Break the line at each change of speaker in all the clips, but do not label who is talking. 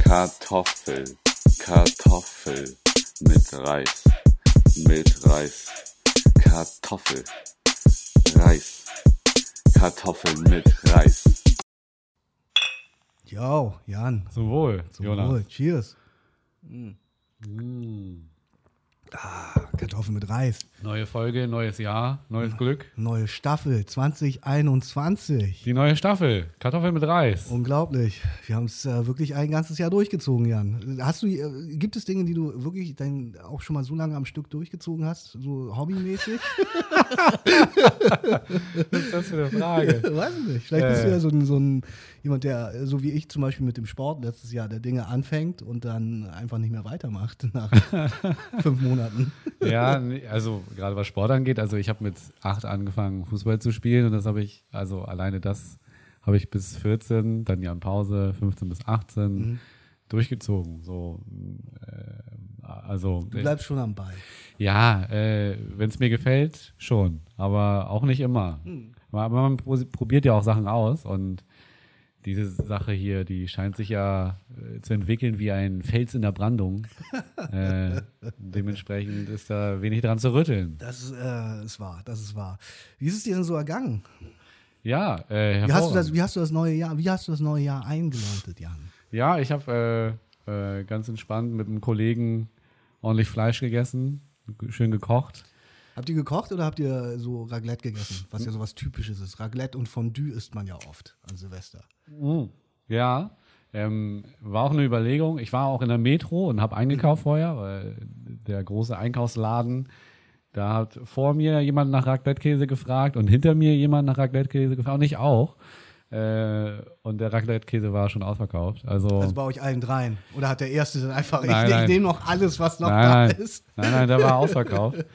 Kartoffel, Kartoffel mit Reis, mit Reis, Kartoffel, Reis, Kartoffel mit Reis.
Jo, Jan.
Zum Wohl,
Zum
Jonas.
Wohl. Cheers.
Uh.
Ah, Kartoffeln mit Reis.
Neue Folge, neues Jahr, neues Glück.
Neue Staffel 2021.
Die neue Staffel, Kartoffeln mit Reis.
Unglaublich. Wir haben es äh, wirklich ein ganzes Jahr durchgezogen, Jan. Hast du, äh, gibt es Dinge, die du wirklich dann auch schon mal so lange am Stück durchgezogen hast? So hobbymäßig?
Was ist das für eine Frage?
Weiß ich nicht. Vielleicht bist du
Äh.
ja so ein, so ein jemand, der, äh, so wie ich zum Beispiel mit dem Sport letztes Jahr, der Dinge anfängt und dann einfach nicht mehr weitermacht nach fünf Monaten.
ja, nee, also gerade was Sport angeht, also ich habe mit acht angefangen, Fußball zu spielen und das habe ich, also alleine das habe ich bis 14, dann ja in Pause, 15 bis 18 durchgezogen. So, ähm, äh, also
Du bleibst schon am Ball.
Ja, äh, wenn es mir gefällt, schon. Aber auch nicht immer.
Hm.
Man, man pro- probiert ja auch Sachen aus und diese Sache hier, die scheint sich ja äh, zu entwickeln wie ein Fels in der Brandung. äh, dementsprechend ist da wenig dran zu rütteln.
Das äh, ist wahr, das ist wahr. Wie ist es dir denn so ergangen?
Ja, äh,
Wie hast, du
hervorragend.
das, wie hast du das neue Jahr, wie hast du das neue Jahr eingeläutet, Jan?
Ja, ich habe äh, äh, ganz entspannt mit einem Kollegen ordentlich Fleisch gegessen, g- schön gekocht.
Habt ihr gekocht oder habt ihr so Raglette gegessen? Was ja sowas typisches ist. Raglette und Fondue isst man ja oft an Silvester.
Ja, ähm, war auch eine Überlegung. Ich war auch in der Metro und habe eingekauft vorher, weil der große Einkaufsladen, da hat vor mir jemand nach Raclette-Käse gefragt und hinter mir jemand nach Raclette-Käse gefragt und ich auch. Äh, und der Raclette-Käse war schon ausverkauft. Also,
Also bei euch allen dreien. Oder hat der erste dann einfach,
Nein,
ich,
nein.
ich nehme noch alles, was noch da
nein, nein,
ist.
nein, nein, der war ausverkauft.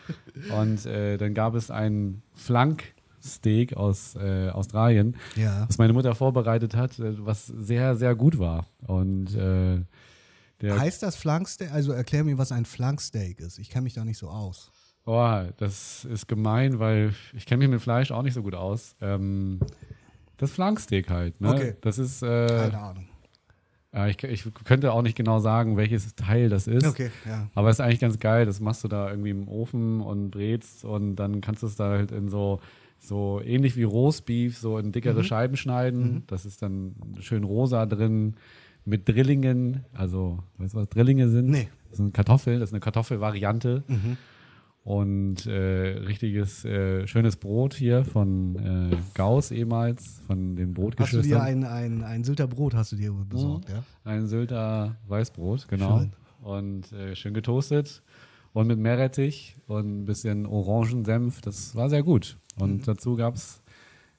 und äh, dann gab es einen Flanksteak aus äh, Australien.
Ja.
was meine Mutter vorbereitet hat, äh, was sehr, sehr gut war. Und äh, der,
Heißt das Flanksteak? Also erklär mir, was ein Flanksteak ist. Ich kenne mich da nicht so aus.
oh, das ist gemein, weil ich kenne mich mit Fleisch auch nicht so gut aus. Ähm, das Flanksteak halt, ne?
Okay.
Das ist, äh,
Keine Ahnung.
ja, ich, ich könnte auch nicht genau sagen, welches Teil das ist.
Okay, ja.
Aber ist eigentlich ganz geil. Das machst du da irgendwie im Ofen und brätst und dann kannst du es da halt in so, so ähnlich wie Roastbeef, so in
Mhm.
dickere Scheiben schneiden. Das ist dann schön rosa drin mit Drillingen. Also, weißt du, was Drillinge sind?
Nee. Mhm.
Das sind Kartoffeln, das ist eine Kartoffelvariante. Und äh, richtiges äh, schönes Brot hier von äh, Gauss ehemals, von den
Hast du
Brotgeschwistern.
dir ein, ein, ein Sylter Brot hast du dir
Mhm.
besorgt, ja?
Ein Sylter Weißbrot, genau.
Schön.
Und äh, schön getoastet und mit Meerrettich und ein bisschen Orangensenf. Das war sehr gut.
Mhm.
Und dazu gab es,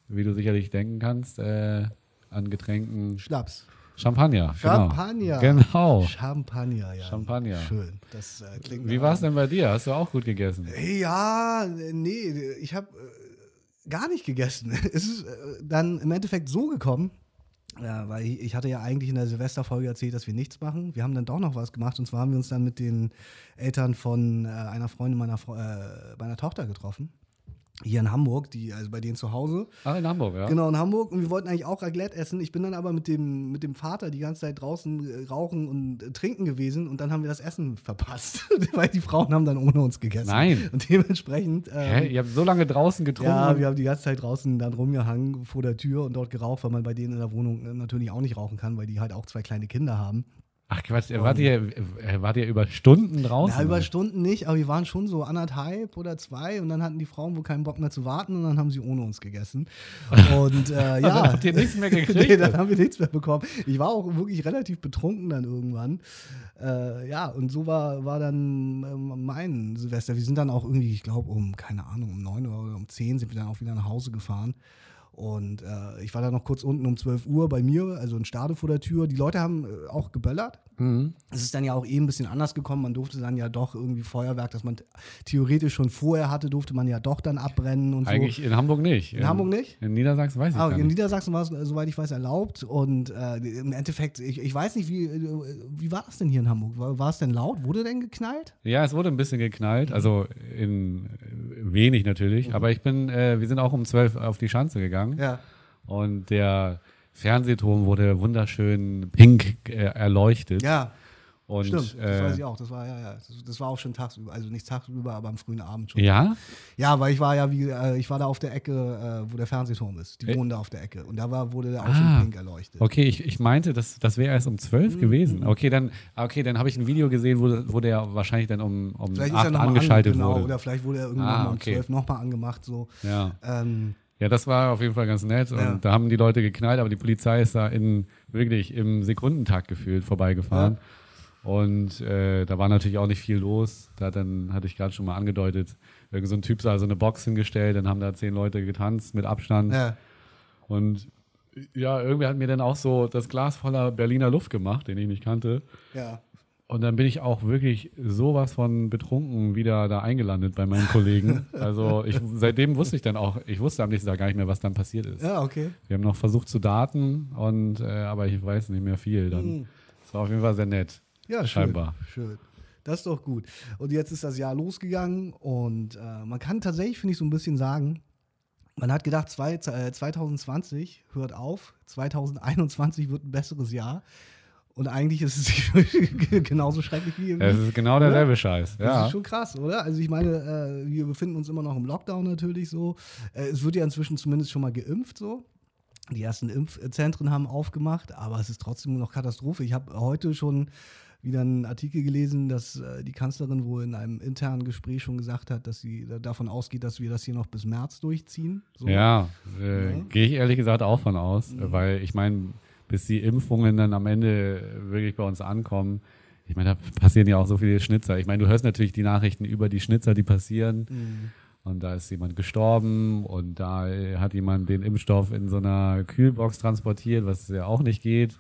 wie du sicherlich denken kannst, äh, an Getränken
Schnaps.
Champagner.
Champagner.
Genau. genau.
Champagner, ja.
Champagner.
Schön. Das äh, klingt
Wie war es denn bei dir? Hast du auch gut gegessen?
Ja, nee, ich habe äh, gar nicht gegessen. Es ist äh, dann im Endeffekt so gekommen, ja, weil ich, ich hatte ja eigentlich in der Silvesterfolge erzählt, dass wir nichts machen. Wir haben dann doch noch was gemacht und zwar haben wir uns dann mit den Eltern von äh, einer Freundin meiner, Fre- äh, meiner Tochter getroffen. Hier in Hamburg, die, also bei denen zu Hause.
Ah, in Hamburg, ja.
Genau, in Hamburg. Und wir wollten eigentlich auch Raclette essen. Ich bin dann aber mit dem, mit dem Vater die ganze Zeit draußen äh, rauchen und äh, trinken gewesen. Und dann haben wir das Essen verpasst. Weil die Frauen haben dann ohne uns gegessen.
Nein.
Und dementsprechend.
Hä?
Ähm,
Ihr habt so lange draußen getrunken.
ja, wir haben die ganze Zeit draußen dann rumgehangen vor der Tür und dort geraucht, weil man bei denen in der Wohnung äh, natürlich auch nicht rauchen kann, weil die halt auch zwei kleine Kinder haben.
Ach Quatsch, äh, wart ihr, äh, wart ihr über Stunden draußen?
Oh. Na, über Stunden nicht, aber wir waren schon so anderthalb oder zwei und dann hatten die Frauen wohl keinen Bock mehr zu warten und dann haben sie ohne uns gegessen. Und äh, ja.
Dann habt ihr nichts mehr gekriegt?
nee, dann haben wir nichts mehr bekommen. Ich war auch wirklich relativ betrunken dann irgendwann. Äh, ja, und so war, war dann ähm, mein Silvester. Wir sind dann auch irgendwie, ich glaube, um, keine Ahnung, um neun oder um zehn sind wir dann auch wieder nach Hause gefahren. Und äh, ich war dann noch kurz unten um 12 Uhr bei mir, also in Stade vor der Tür. Die Leute haben äh, auch geböllert. Es ist dann ja auch eh ein bisschen anders gekommen. Man durfte dann ja doch irgendwie Feuerwerk, das man t- theoretisch schon vorher hatte, durfte man ja doch dann abbrennen und
Eigentlich in Hamburg nicht. In,
Hamburg nicht?
In Niedersachsen weiß ich
so. Aber
gar
in
nicht.
Niedersachsen war es, äh, soweit ich weiß, erlaubt. Und äh, im Endeffekt, ich, ich weiß nicht, wie, äh, wie war das denn hier in Hamburg? War, war es denn laut? Wurde denn geknallt?
Ja, es wurde ein bisschen
Mhm.
geknallt, also in äh, wenig natürlich, aber ich bin, äh, wir sind auch um 12 auf die Schanze gegangen
Ja.
und der Fernsehturm wurde wunderschön pink äh, erleuchtet.
Ja,
und,
stimmt. Das
äh,
weiß ich auch. Das war, ja, ja. Das, das war auch schon tagsüber. Also nicht tagsüber, aber am frühen Abend schon.
Ja,
Ja, weil ich war ja wie, äh, ich war da auf der Ecke, äh, wo der Fernsehturm ist. Die
Äh.
wohnen da auf der Ecke. Und da war, wurde der auch
Ah.
schon pink erleuchtet.
okay, ich, ich meinte, das, das wäre erst um 12
Mhm,
gewesen. Okay, dann, okay, dann habe ich ein Video gesehen, wo, wo der wahrscheinlich dann um, um
Vielleicht
8
ist er nochmal
angeschaltet
an, genau,
wurde.
Oder vielleicht wurde er irgendwann
Ah,
mal um
okay.
12 nochmal angemacht. So.
ja.
Ähm,
Ja, das war auf jeden Fall ganz nett. Und
Ja.
da haben die Leute geknallt, aber die Polizei ist da in wirklich im Sekundentakt gefühlt vorbeigefahren. Und äh, da war natürlich auch nicht viel los. Da hat dann, hatte ich gerade schon mal angedeutet, irgend so ein Typ sah so eine Box hingestellt, dann haben da zehn Leute getanzt mit Abstand.
ja.
Und ja, irgendwer hat mir dann auch so das Glas voller Berliner Luft gemacht, den ich nicht kannte.
ja.
Und dann bin ich auch wirklich sowas von betrunken wieder da eingelandet bei meinen Kollegen. Also ich, seitdem wusste ich dann auch, ich wusste am nächsten Tag gar nicht mehr, was dann passiert ist.
Ja, okay.
Wir haben noch versucht zu daten, und, äh, aber ich weiß nicht mehr viel. Dann.
Hm.
Das war auf jeden Fall sehr nett.
Ja, schön.
Scheinbar.
Schön. Das ist doch gut. Und jetzt ist das Jahr losgegangen und äh, man kann tatsächlich, finde ich, so ein bisschen sagen, man hat gedacht, zwei, äh, 2020 hört auf, 2021 wird ein besseres Jahr. Und eigentlich ist es genauso schrecklich wie im
Es ist genau derselbe
Hm.
Scheiß.
Ne? Das
Ja.
ist schon krass, oder? Also ich meine, äh, wir befinden uns immer noch im Lockdown natürlich so. Äh, es wird ja inzwischen zumindest schon mal geimpft so. Die ersten Impfzentren haben aufgemacht, aber es ist trotzdem noch Katastrophe. Ich habe heute schon wieder einen Artikel gelesen, dass äh, die Kanzlerin wohl in einem internen Gespräch schon gesagt hat, dass sie da- davon ausgeht, dass wir das hier noch bis März durchziehen. So.
Ja, äh,
Ja. Mhm.
gehe ich ehrlich gesagt auch von aus, äh, weil ich meine, bis die Impfungen dann am Ende wirklich bei uns ankommen, ich meine, da passieren ja auch so viele Schnitzer. Ich meine, du hörst natürlich die Nachrichten über die Schnitzer, die passieren.
Mhm.
Und da ist jemand gestorben und da äh, hat jemand den Impfstoff in so einer Kühlbox transportiert, was ja auch nicht geht.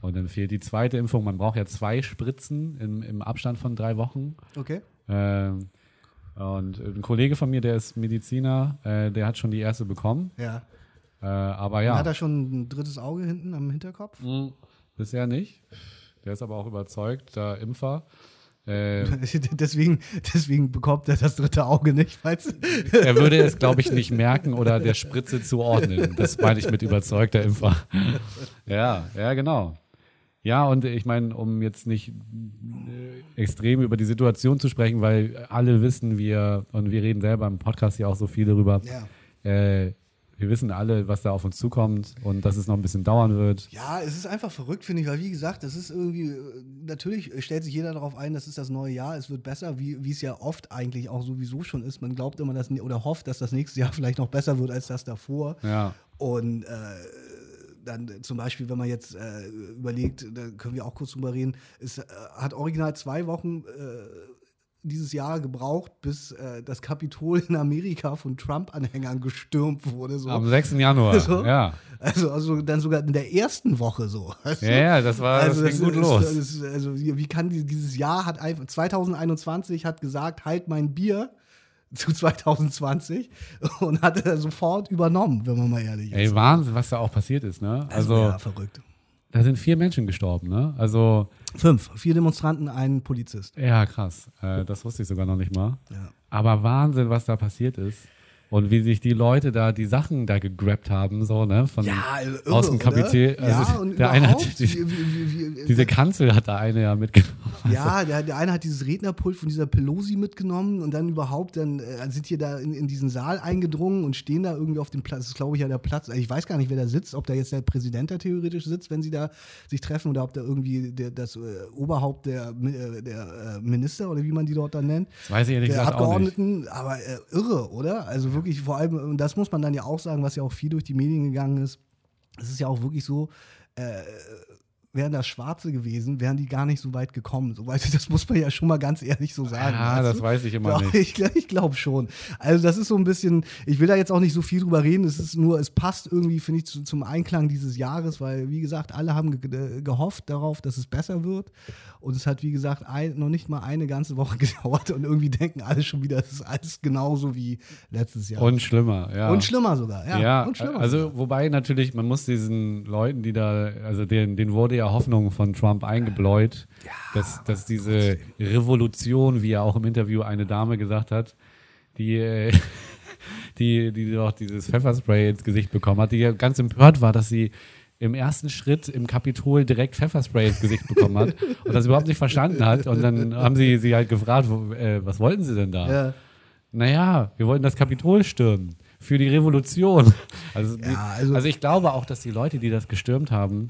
Und dann fehlt die zweite Impfung. Man braucht ja zwei Spritzen im, im Abstand von drei Wochen.
Okay.
Ähm, und ein Kollege von mir, der ist Mediziner, äh, der hat schon die erste bekommen.
Ja.
Äh, aber
Hat
ja,
er schon ein drittes Auge hinten am Hinterkopf?
Hm, bisher nicht. Der ist aber auch überzeugter Impfer. Äh,
deswegen, deswegen bekommt er das dritte Auge nicht, falls.
er würde es, glaube ich, nicht merken oder der Spritze zuordnen. Das meine ich mit überzeugter Impfer. Ja, ja, genau. Ja, und ich meine, um jetzt nicht äh, extrem über die Situation zu sprechen, weil alle wissen wir, und wir reden selber im Podcast ja auch so viel darüber,
Ja.
äh, wir wissen alle, was da auf uns zukommt und dass es noch ein bisschen dauern wird.
Ja, es ist einfach verrückt, finde ich, weil wie gesagt, das ist irgendwie, äh, natürlich stellt sich jeder darauf ein, das ist das neue Jahr, es wird besser, wie wie es ja oft eigentlich auch sowieso schon ist. Man glaubt immer, dass oder hofft, dass das nächste Jahr vielleicht noch besser wird als das davor.
Ja.
Und äh, dann äh, zum Beispiel, wenn man jetzt äh, überlegt, da können wir auch kurz drüber reden, es äh, hat original zwei Wochen äh, dieses Jahr gebraucht, bis äh, das Kapitol in Amerika von Trump-Anhängern gestürmt wurde. So.
Am 6. Januar.
So?
Ja.
Also, also dann sogar in der ersten Woche so. Also,
ja, ja, das war das ging gut
ist,
los.
Das ist, also wie wie kann die- dieses Jahr hat einfach 2021 hat gesagt, halt mein Bier zu 2020 und hat er sofort übernommen, wenn man mal ehrlich
Ey,
ist.
Wahnsinn, was da auch passiert ist, ne? Also,
ja, verrückt.
da sind vier Menschen gestorben, ne? Also,
Fünf, vier Demonstranten, ein Polizist.
ja, krass. Äh, das wusste ich sogar noch nicht mal.
Ja.
Aber Wahnsinn, was da passiert ist. Und wie sich die Leute da die Sachen da gegrabt haben, so, ne? Von
also irre,
aus dem
oder?
Kapitän.
ja,
Also,
und
der eine hat
überhaupt,
die,
wie- wie- wie-
diese Kanzel hat da eine ja mitgenommen.
Ja, der, der eine hat dieses Rednerpult von dieser Pelosi mitgenommen und dann überhaupt, dann äh, sind hier da in, in diesen Saal eingedrungen und stehen da irgendwie auf dem Platz. Das ist, glaube ich, ja der Platz. Ich weiß gar nicht, wer da sitzt, ob da jetzt der Präsident da theoretisch sitzt, wenn sie da sich treffen oder ob da irgendwie der, das äh, Oberhaupt der, äh, der äh, Minister oder wie man die dort dann nennt
Das weiß ich ehrlich
der
gesagt auch nicht.
Abgeordneten, aber äh, irre, oder? Also wirklich vor allem, und das muss man dann ja auch sagen, was ja auch viel durch die Medien gegangen ist. Es ist ja auch wirklich so, äh, wären das Schwarze gewesen, wären die gar nicht so weit gekommen. So, weißt du, das muss man ja schon mal ganz ehrlich so sagen.
Ja,
weißt
das
du?
weiß ich immer
Ja,
nicht.
Ich, glaub- ich glaube schon. Also das ist so ein bisschen, ich will da jetzt auch nicht so viel drüber reden, es ist nur, es passt irgendwie, finde ich, zu, zum Einklang dieses Jahres, weil, wie gesagt, alle haben ge gehofft darauf, dass es besser wird und es hat, wie gesagt, ein, noch nicht mal eine ganze Woche gedauert und irgendwie denken alle schon wieder, es ist alles genauso wie letztes Jahr.
Und schlimmer, ja.
Und schlimmer sogar, ja.
Ja,
und schlimmer
also
sogar.
wobei natürlich, man muss diesen Leuten, die da, also denen, denen wurde ja Hoffnung von Trump eingebläut, dass, dass diese Revolution, wie ja auch im Interview eine Dame gesagt hat, die, äh, die, die doch dieses Pfefferspray ins Gesicht bekommen hat, die ja ganz empört war, dass sie im ersten Schritt im Kapitol direkt Pfefferspray ins Gesicht bekommen hat und das überhaupt nicht verstanden hat. Und dann haben sie sie halt gefragt, wo, äh, was wollten sie denn da?
Ja.
Naja, wir wollten das Kapitol stürmen. Für die Revolution. Also, die,
Ja, also-
also, ich glaube auch, dass die Leute, die das gestürmt haben,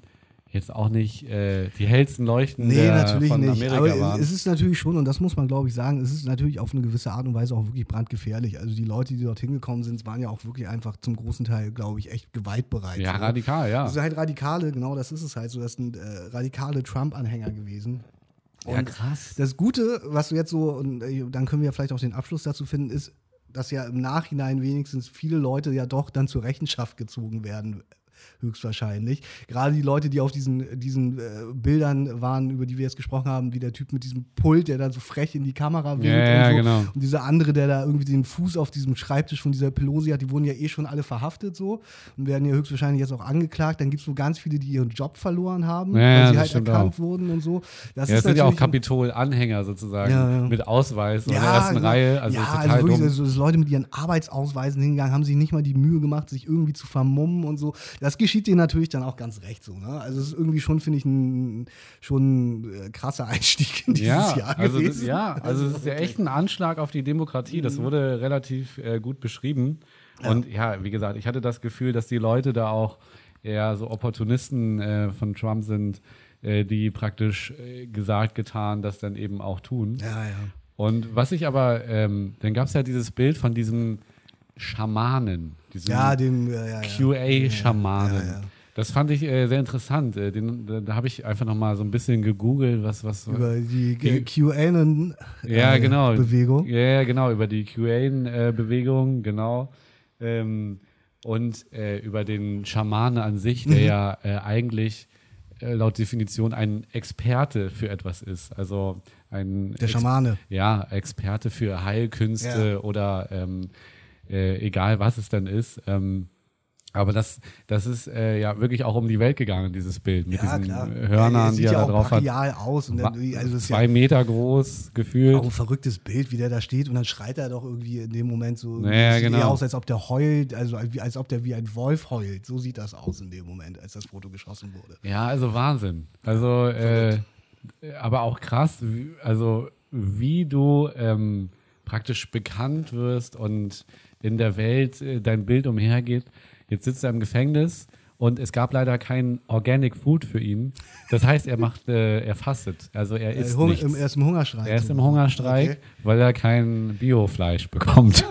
jetzt auch nicht äh, die hellsten Leuchten
Nee,
der,
natürlich
von
nicht.
Amerika
aber
waren.
es ist natürlich schon, und das muss man, glaube ich, sagen, es ist natürlich auf eine gewisse Art und Weise auch wirklich brandgefährlich. Also die Leute, die dort hingekommen sind, waren ja auch wirklich einfach zum großen Teil, glaube ich, echt gewaltbereit.
ja,
So.
radikal, ja.
Das sind halt Radikale, genau das ist es halt so. Das sind äh, radikale Trump-Anhänger gewesen.
ja, krass.
Das Gute, was du jetzt so, und äh, dann können wir ja vielleicht auch den Abschluss dazu finden, ist, dass ja im Nachhinein wenigstens viele Leute ja doch dann zur Rechenschaft gezogen werden, höchstwahrscheinlich. Gerade die Leute, die auf diesen, diesen äh, Bildern waren, über die wir jetzt gesprochen haben, wie der Typ mit diesem Pult, der dann so frech in die Kamera winkt
Ja, ja,
und so.
genau.
Und dieser andere, der da irgendwie den Fuß auf diesem Schreibtisch von dieser Pelosi hat, die wurden ja eh schon alle verhaftet so und werden ja höchstwahrscheinlich jetzt auch angeklagt. Dann gibt es wohl ganz viele, die ihren Job verloren haben,
Ja, ja,
weil sie
das
halt
stimmt
erkannt
auch.
wurden und so. Das
ja, das sind ja
natürlich
auch
ein-
Kapitol-Anhänger sozusagen
Ja, ja.
mit Ausweis in der ersten
genau.
Reihe. Also
ja,
total
also wirklich,
dumm.
Also, dass Leute mit ihren Arbeitsausweisen hingegangen, haben sich nicht mal die Mühe gemacht, sich irgendwie zu vermummen und so. Das geschieht denen natürlich dann auch ganz recht so. Ne? Also es ist irgendwie schon, finde ich, ein schon äh, krasser Einstieg in dieses
ja,
Jahr
also
gewesen. Mhm.
das, ja, also es ist ja echt ein Anschlag auf die Demokratie. Das wurde relativ äh, gut beschrieben. Und ja, wie gesagt, ich hatte das Gefühl, dass die Leute da auch eher so Opportunisten äh, von Trump sind, äh, die praktisch äh, gesagt, getan, das dann eben auch tun.
Ja, ja.
Und was ich aber, ähm, dann gab es ja dieses Bild von diesem Schamanen, diesem
Ja, dem, ja, ja, ja.
QA-Schamanen.
Ja, ja.
Das fand ich äh, sehr interessant. Äh, den, da da habe ich einfach noch mal so ein bisschen gegoogelt, was was
Über die äh,
Die- ja, genau.
QAnon-Bewegung.
Ja, ja, genau, über die QAnon-Bewegung, äh, genau. Ähm, und äh, über den Schamane an sich,
Mhm.
der ja äh, eigentlich äh, laut Definition ein Experte für etwas ist. Also ein
Der
Ex-
Schamane.
ja, Experte für Heilkünste
Ja.
oder ähm, äh, egal was es dann ist. Ähm, aber das, das ist äh, ja wirklich auch um die Welt gegangen, dieses Bild mit diesen äh,
Ja,
Hörnern,
sieht
die er
ja
da
auch
drauf hat.
brachial aus. Und dann, also es ist ja
Zwei Meter groß gefühlt.
Auch ein verrücktes Bild, wie der da steht und dann schreit er doch irgendwie in dem Moment so
Naja,
sieht eher
genau.
aus, als ob der heult, also wie- als ob der wie ein Wolf heult. So sieht das aus in dem Moment, als das Foto geschossen wurde.
Ja, also Wahnsinn. Also, äh, aber auch krass, wie, also wie du ähm, praktisch bekannt wirst und in der Welt äh, dein Bild umhergeht. Jetzt sitzt er im Gefängnis und es gab leider kein Organic Food für ihn. Das heißt, er macht, äh, er fastet. Also er
Äh,
isst
Hung-
nichts.
im, er ist im Hungerstreik.
er ist im
so.
Hungerstreik,
Okay.
weil er kein Biofleisch bekommt.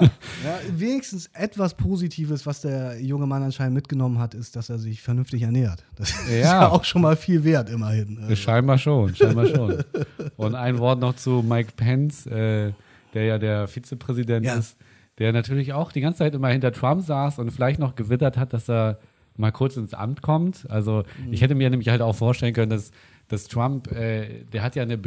Ja, wenigstens etwas Positives, was der junge Mann anscheinend mitgenommen hat, ist, dass er sich vernünftig ernährt. Das ist ja auch schon mal viel wert, immerhin. Also,
Äh, Scheinbar schon, scheinbar schon. Und ein Wort noch zu Mike Pence, äh, der ja der Vizepräsident
Ja.
ist, der natürlich auch die ganze Zeit immer hinter Trump saß und vielleicht noch gewittert hat, dass er mal kurz ins Amt kommt. Also
Mhm.
ich hätte mir nämlich halt auch vorstellen können, dass, dass Trump, äh, der hat ja eine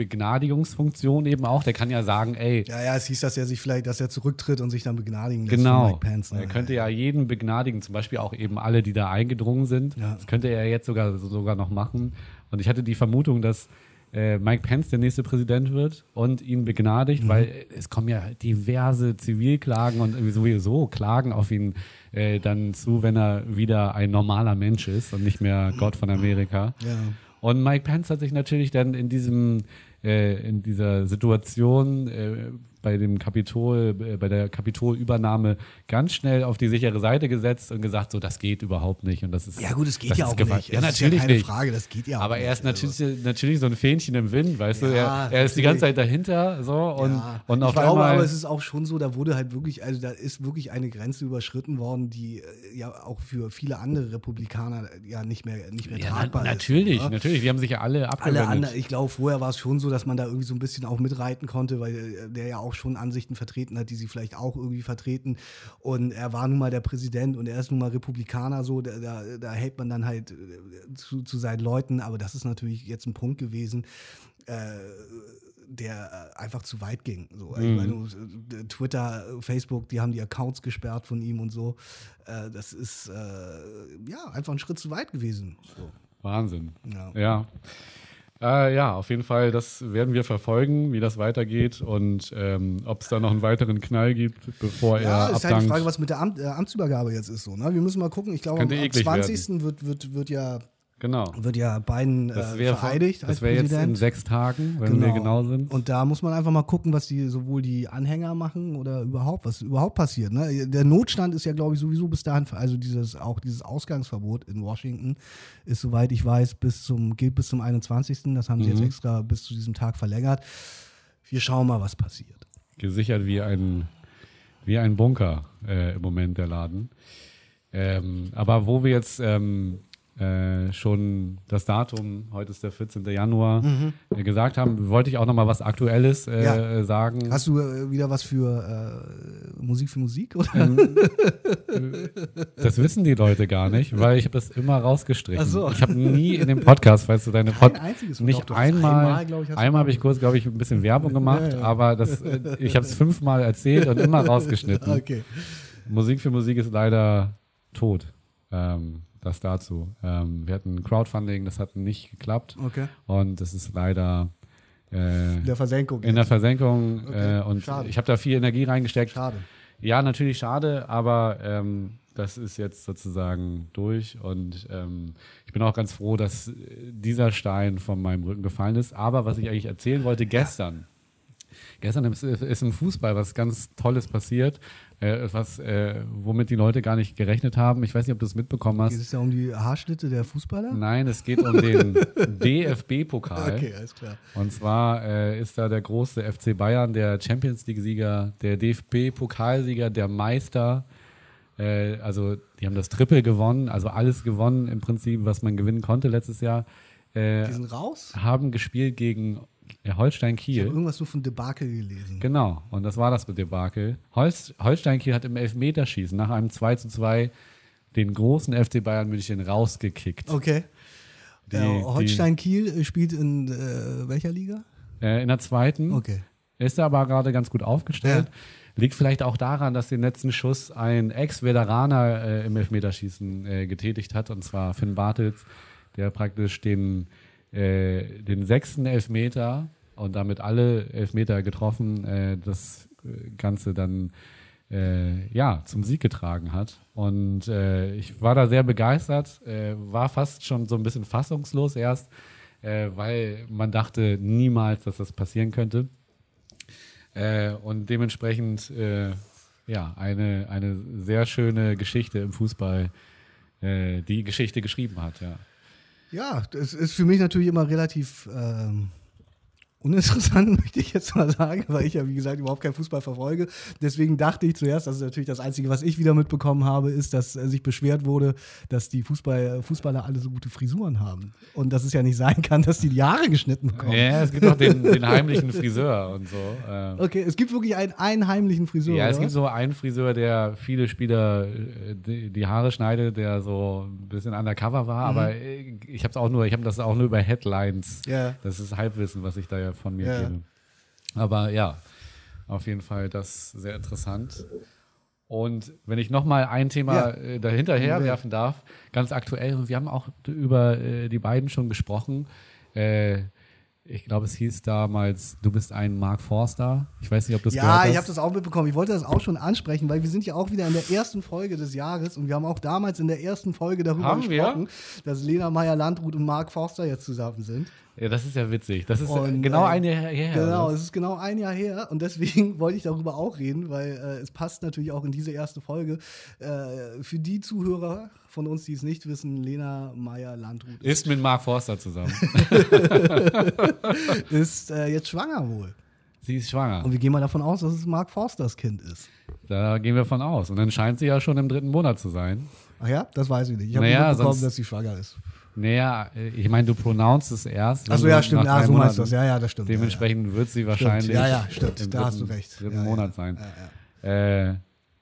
Begnadigungsfunktion eben auch, der kann ja sagen, ey,
ja, ja, es hieß, dass er sich vielleicht, dass er zurücktritt und sich dann begnadigen lässt von
Genau.
Mike Pence. ne?
Er könnte ja jeden begnadigen, zum Beispiel auch eben alle, die da eingedrungen sind.
Ja.
Das könnte er jetzt sogar, sogar noch machen. Und ich hatte die Vermutung, dass äh, Mike Pence der nächste Präsident wird und ihn begnadigt,
Mhm.
weil es kommen ja diverse Zivilklagen und irgendwie sowieso Klagen auf ihn äh, dann zu, wenn er wieder ein normaler Mensch ist und nicht mehr Gott von Amerika.
Ja.
Und Mike Pence hat sich natürlich dann in diesem äh, in dieser Situation äh, bei dem Kapitol, äh, bei der Kapitolübernahme ganz schnell auf die sichere Seite gesetzt und gesagt, so das geht überhaupt nicht und das ist
Ja, gut, es geht
das
ja
ist
auch
Gewalt.
nicht.
Ja,
Es ist ja
natürlich
keine
nicht.
Frage, das geht ja auch
Aber er
nicht. also.
ist natürlich, natürlich so ein Fähnchen im Wind, weißt du.
Ja,
Er, er ist die ganze
natürlich.
Zeit dahinter so und
ja,
und
ich
auf
glaube,
einmal.
aber es ist auch schon so, da wurde halt wirklich, also da ist wirklich eine Grenze überschritten worden, die äh, ja auch für viele andere Republikaner äh, ja nicht mehr, nicht mehr
ja, na,
tragbar
natürlich,
ist. ne?
natürlich. Die haben sich ja alle abgewendet.
Alle anderen, ich glaube, vorher war es schon so, dass man da irgendwie so ein bisschen auch mitreiten konnte, weil äh, der ja auch schon Ansichten vertreten hat, die sie vielleicht auch irgendwie vertreten. Und er war nun mal der Präsident und er ist nun mal Republikaner, so, da, da, da hält man dann halt äh, zu, zu seinen Leuten. Aber das ist natürlich jetzt ein Punkt gewesen, äh, der äh, einfach zu weit ging. So, ich meine, äh, Twitter, äh, Facebook, die haben die Accounts gesperrt von ihm und so. Äh, das ist äh, ja einfach ein Schritt zu weit gewesen. So.
Wahnsinn.
Ja.
Ja. Äh, ja, auf jeden Fall, das werden wir verfolgen, wie das weitergeht und ähm, ob es da noch einen weiteren Knall gibt, bevor
Ja,
er
ist halt die
abdankt.
Frage, was mit der Amt, äh, Amtsübergabe jetzt ist. So, ne? Wir müssen mal gucken. Ich glaube, am,
Könnte
am
eklig
20. Wird, wird, wird ja
Genau.
Wird ja Biden
Das
äh,
wäre
vereidigt als
das wär jetzt in
Präsident.
sechs Tagen, wenn wir genau sind.
Und da muss man einfach mal gucken, was die sowohl die Anhänger machen oder überhaupt, was überhaupt passiert. Ne? Der Notstand ist ja, glaube ich, sowieso bis dahin, also dieses, auch dieses Ausgangsverbot in Washington ist, soweit ich weiß, bis zum, gilt bis zum 21. Das haben sie jetzt
Mhm.
extra bis zu diesem Tag verlängert. Wir schauen mal, was passiert.
gesichert wie ein, wie ein Bunker äh, im Moment der Laden. Ähm, aber wo wir jetzt ähm, äh, schon das Datum, heute ist der 14. Januar, äh, gesagt haben, wollte ich auch nochmal was Aktuelles äh,
Mhm. Ja.
sagen.
Hast du äh, wieder was für äh, Musik für Musik? Oder? Mhm.
Das wissen die Leute gar nicht, weil ich habe das immer rausgestrichen.
Ach so.
Ich habe nie in dem Podcast, falls du deine Pod
einziges Mal. Doch,
nicht
du hast
einmal,
einmal,
einmal,
glaub ich, hast du-
habe ich kurz, glaube ich, ein bisschen Werbung gemacht,
Ja, ja.
aber das, äh, ich habe es fünfmal erzählt und immer rausgeschnitten.
Ah, Okay.
Musik für Musik ist leider tot. Ähm, das dazu. Ähm, wir hatten Crowdfunding, das hat nicht geklappt.
Okay.
Und das ist leider äh,
In der Versenkung.
in der Versenkung.
Okay,
Äh, und
schade.
ich habe da viel Energie reingesteckt.
Schade.
Ja, natürlich schade, aber ähm, das ist jetzt sozusagen durch. Und ähm, ich bin auch ganz froh, dass äh, dieser Stein von meinem Rücken gefallen ist. Aber was ich eigentlich erzählen wollte, gestern. Gestern ist, ist im Fußball was ganz Tolles passiert, äh, was, äh, womit die Leute gar nicht gerechnet haben. Ich weiß nicht, ob du es mitbekommen
Geht
hast.
es ja um die Haarschnitte der Fußballer?
Nein, es geht um den DFB-Pokal.
Okay, alles klar.
Und zwar äh, ist da der große FC Bayern, der Champions League-Sieger, der DFB-Pokalsieger, der Meister. Äh, also, die haben das Triple gewonnen, also alles gewonnen im Prinzip, was man gewinnen konnte letztes Jahr. Äh,
Die sind raus?
haben gespielt gegen äh, Holstein
Ich habe
Kiel.
irgendwas nur von Debakel gelesen.
Genau, und das war das mit Debakel. Holst, Holstein Kiel hat im Elfmeterschießen nach einem 2 zu 2 den großen FC Bayern München rausgekickt.
Okay.
Die-
äh, Holstein Kiel äh, spielt in äh, welcher Liga?
die, äh, in der zweiten.
Okay.
Ist er aber gerade ganz gut aufgestellt. Liegt vielleicht auch daran, dass den letzten Schuss ein Ex-Veteraner äh, im Elfmeterschießen äh, getätigt hat, und zwar Finn Bartels, der praktisch den, äh, den sechsten Elfmeter und damit alle Elfmeter getroffen, äh, das äh, Ganze dann äh, ja, zum Sieg getragen hat. Und äh, ich war da sehr begeistert, äh, war fast schon so ein bisschen fassungslos erst, äh, weil man dachte niemals, dass das passieren könnte. Äh, und dementsprechend, äh, ja, eine, eine sehr schöne Geschichte im Fußball, äh, die Geschichte geschrieben hat, ja.
Ja, das ist für mich natürlich immer relativ ähm, uninteressant, möchte ich jetzt mal sagen, weil ich ja, wie gesagt, überhaupt keinen Fußball verfolge. Deswegen dachte ich zuerst, das ist natürlich das Einzige, was ich wieder mitbekommen habe, ist, dass äh, sich beschwert wurde, dass die Fußball, äh, Fußballer alle so gute Frisuren haben. Und dass es ja nicht sein kann, dass die die Haare geschnitten bekommen.
Ja, es gibt auch den, den heimlichen Friseur und so. äh.
Okay, es gibt wirklich einen, einen heimlichen Friseur.
ja, es
oder
gibt
was?
so einen Friseur, der viele Spieler äh, die, die Haare schneidet, der so ein bisschen undercover war,
Mhm.
aber äh, ich habe auch nur, ich habe das auch nur über Headlines.
Ja.
Das ist Halbwissen, was ich da ja von mir
Ja.
gebe. Aber ja, auf jeden Fall das sehr interessant. Und wenn ich nochmal ein Thema
Ja.
äh, dahinter herwerfen darf, ganz aktuell, und wir haben auch d- über äh, die beiden schon gesprochen, äh, ich glaube, es hieß damals, du bist ein Mark Forster. Ich weiß nicht, ob du es gehört
Ja,
hast.
ich habe das auch mitbekommen. Ich wollte das auch schon ansprechen, weil wir sind ja auch wieder in der ersten Folge des Jahres und wir haben auch damals in der ersten Folge darüber
Haben wir?
gesprochen, dass Lena Meyer Landrut und Mark Forster jetzt zusammen sind.
Ja, das ist ja witzig. Das ist
Und,
äh, genau
äh,
ein Jahr her.
genau,
oder?
es ist genau ein Jahr her und deswegen wollte ich darüber auch reden, weil äh, es passt natürlich auch in diese erste Folge. Äh, für die Zuhörer von uns, die es nicht wissen, Lena Meyer Landrut ist,
Ist mit Mark Forster zusammen.
ist äh, jetzt schwanger wohl.
sie ist schwanger.
Und wir gehen mal davon aus, dass es Mark Forsters Kind ist.
Da gehen wir von aus. Und dann scheint sie ja schon im dritten Monat zu sein.
Ach ja, das weiß ich nicht. Ich habe
Naja,
mitbekommen,
sonst-
dass sie schwanger ist.
Naja, äh, ich meine, du pronouncest es erst. wenn
Achso,
du
ja, stimmt.
Also nach
Ja,
drei
so meinst
Monaten-
du das. Ja, ja, das stimmt.
Dementsprechend wird sie wahrscheinlich
Ja, ja, stimmt.
im
Da hast
dritten-
du recht.
dritten
Ja, ja.
Monat sein. Äh,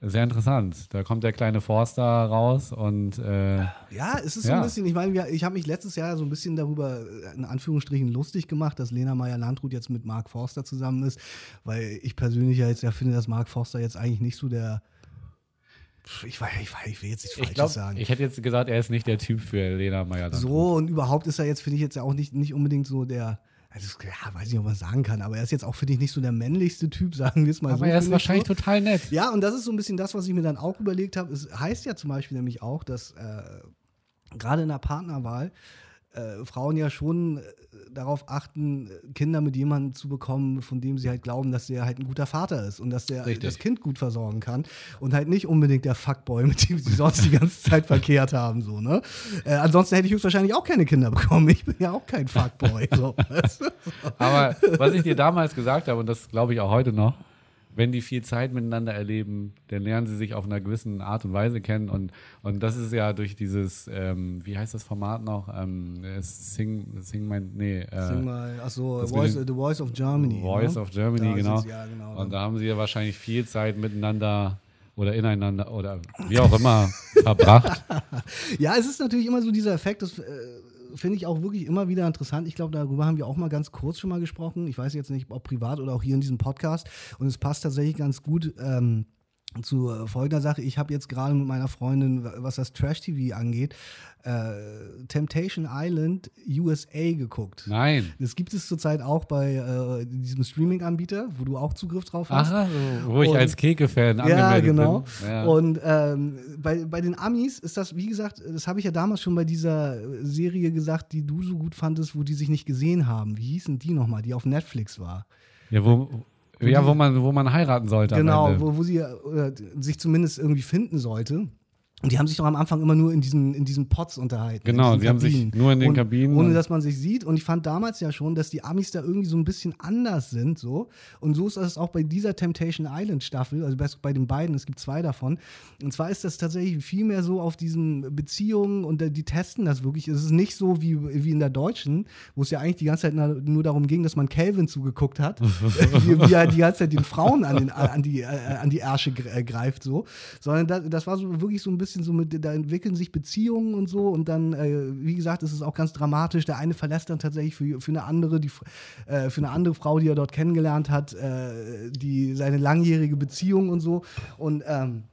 sehr interessant. Da kommt der kleine Forster raus und äh,
Ja, ja. ja, es ist so
Ja.
ein bisschen, ich meine, wir- ich habe mich letztes Jahr so ein bisschen darüber äh, in Anführungsstrichen lustig gemacht, dass Lena Meyer Landrut jetzt mit Mark Forster zusammen ist, weil ich persönlich ja jetzt ja finde, dass Mark Forster jetzt eigentlich nicht so der Pff, ich weiß, ich, weiß, ich will jetzt nichts
ich
Falsches
glaube,
sagen.
ich hätte jetzt gesagt, er ist nicht der Typ für Lena Meyer.
So, und überhaupt ist er jetzt, finde ich, jetzt ja auch nicht, nicht unbedingt so der. Also, ja, weiß nicht, ob man sagen kann, aber er ist jetzt auch, finde ich, nicht so der männlichste Typ, sagen wir es mal so.
Aber er ist
finde ich
wahrscheinlich
so.
total nett.
Ja, und das ist so ein bisschen das, was ich mir dann auch überlegt habe. Es heißt ja zum Beispiel nämlich auch, dass äh, gerade in der Partnerwahl äh, Frauen ja schon äh, darauf achten, Kinder mit jemandem zu bekommen, von dem sie halt glauben, dass der halt ein guter Vater ist und dass der
Richtig.
das Kind gut versorgen kann und halt nicht unbedingt der Fuckboy, mit dem sie sonst die ganze Zeit verkehrt haben, so, ne? Äh, ansonsten hätte ich höchstwahrscheinlich auch keine Kinder bekommen. Ich bin ja auch kein Fuckboy, so. weißt du?
Aber was ich dir damals gesagt habe, und das glaube ich auch heute noch, wenn die viel Zeit miteinander erleben, dann lernen sie sich auf einer gewissen Art und Weise kennen. Und, und das ist ja durch dieses, ähm, wie heißt das Format noch? Ähm, es sing, sing mein, nee, äh,
Sing mal, ach so,
das mit
Voice,
den-
The Voice of Germany.
Voice
ne?
of Germany,
Da
genau.
sind's- Ja, genau.
Und da haben sie ja wahrscheinlich viel Zeit miteinander oder ineinander oder wie auch immer verbracht.
Ja, es ist natürlich immer so dieser Effekt, das äh, finde ich auch wirklich immer wieder interessant. Ich glaube, darüber haben wir auch mal ganz kurz schon mal gesprochen. Ich weiß jetzt nicht, ob privat oder auch hier in diesem Podcast. Und es passt tatsächlich ganz gut. Ähm, zu äh, folgender Sache, ich habe jetzt gerade mit meiner Freundin, wa- was das Trash-TV angeht, äh, Temptation Island USA geguckt.
Nein.
Das gibt es zurzeit auch bei äh, diesem Streaming-Anbieter, wo du auch Zugriff drauf hast.
Aha, so, wo ich
Und-
als Keke-Fan
Ja,
angemeldet
genau.
bin. Ja.
Und ähm, bei, bei den Amis ist das, wie gesagt, das habe ich ja damals schon bei dieser Serie gesagt, die du so gut fandest, wo die sich nicht gesehen haben. Wie hießen die nochmal, die auf Netflix war?
Ja, wo, ja, wo man, wo man heiraten sollte. am
genau,
Ende.
wo, wo sie äh, oder sich zumindest irgendwie finden sollte. Und die haben sich doch am Anfang immer nur in diesen, in diesen Pots unterhalten. in
Genau,
diesen
die haben sich nur in den
Und
Kabinen
Ohne
und-
dass man sich sieht. Und ich fand damals ja schon, dass die Amis da irgendwie so ein bisschen anders sind. so Und so ist das auch bei dieser Temptation Island Staffel, also bei, bei den beiden, es gibt zwei davon. Und zwar ist das tatsächlich viel mehr so auf diesen Beziehungen und äh, die testen das wirklich. Es ist nicht so wie, wie in der deutschen, wo es ja eigentlich die ganze Zeit na- nur darum ging, dass man Calvin zugeguckt hat, wie, wie er die ganze Zeit den Frauen an, den, an, die, äh, an die Ärsche gr- äh, greift. so Sondern das, das war so wirklich so ein bisschen so mit, da entwickeln sich Beziehungen und so und dann, äh, wie gesagt, es ist auch ganz dramatisch. Der eine verlässt dann tatsächlich für, für eine andere, die, äh, für eine andere Frau, die er dort kennengelernt hat, äh, die seine langjährige Beziehung und so. Und ähm,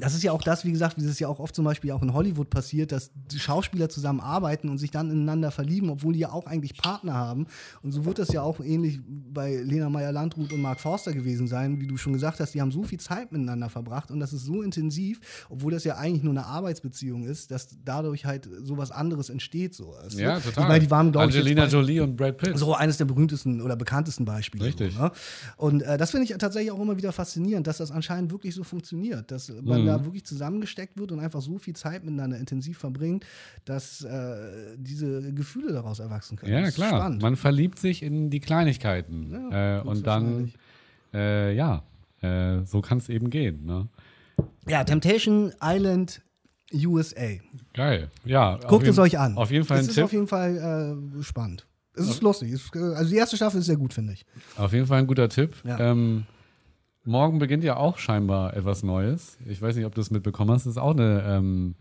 das ist ja auch das, wie gesagt, wie es ja auch oft zum Beispiel auch in Hollywood passiert, dass die Schauspieler zusammen arbeiten und sich dann ineinander verlieben, obwohl die ja auch eigentlich Partner haben. Und so wird das ja auch ähnlich bei Lena Meyer-Landrut und Mark Forster gewesen sein, wie du schon gesagt hast, die haben so viel Zeit miteinander verbracht und das ist so intensiv, obwohl das ja eigentlich nur eine Arbeitsbeziehung ist, dass dadurch halt sowas anderes entsteht. So. weißt du?
ja, total.
Ich meine, die waren, glaube ich, jetzt
Angelina
bei- Also,
Jolie und Brad Pitt.
so eines der berühmtesten oder bekanntesten Beispiele.
Richtig.
So, ne? Und äh, das finde ich tatsächlich auch immer wieder faszinierend, dass das anscheinend wirklich so funktioniert, dass man
Mhm.
da wirklich zusammengesteckt wird und einfach so viel Zeit miteinander intensiv verbringt, dass äh, diese Gefühle daraus erwachsen können.
Ja,
Das ist
klar.
Spannend.
Man verliebt sich in die Kleinigkeiten.
Ja,
äh, und dann, äh, ja, äh, so kann es eben gehen. Ne?
ja, Temptation Island USA.
Geil. Ja, auf
Guckt es
jeden-
euch an.
Auf jeden Fall ein
es ist
Tipp.
auf jeden Fall äh, spannend. Es ist lustig. Es ist, äh, also die erste Staffel ist sehr gut, finde ich.
Auf jeden Fall ein guter Tipp.
Ja.
Ähm, morgen beginnt ja auch scheinbar etwas Neues. Ich weiß nicht, ob du es mitbekommen hast. Das ist auch eine, ähm,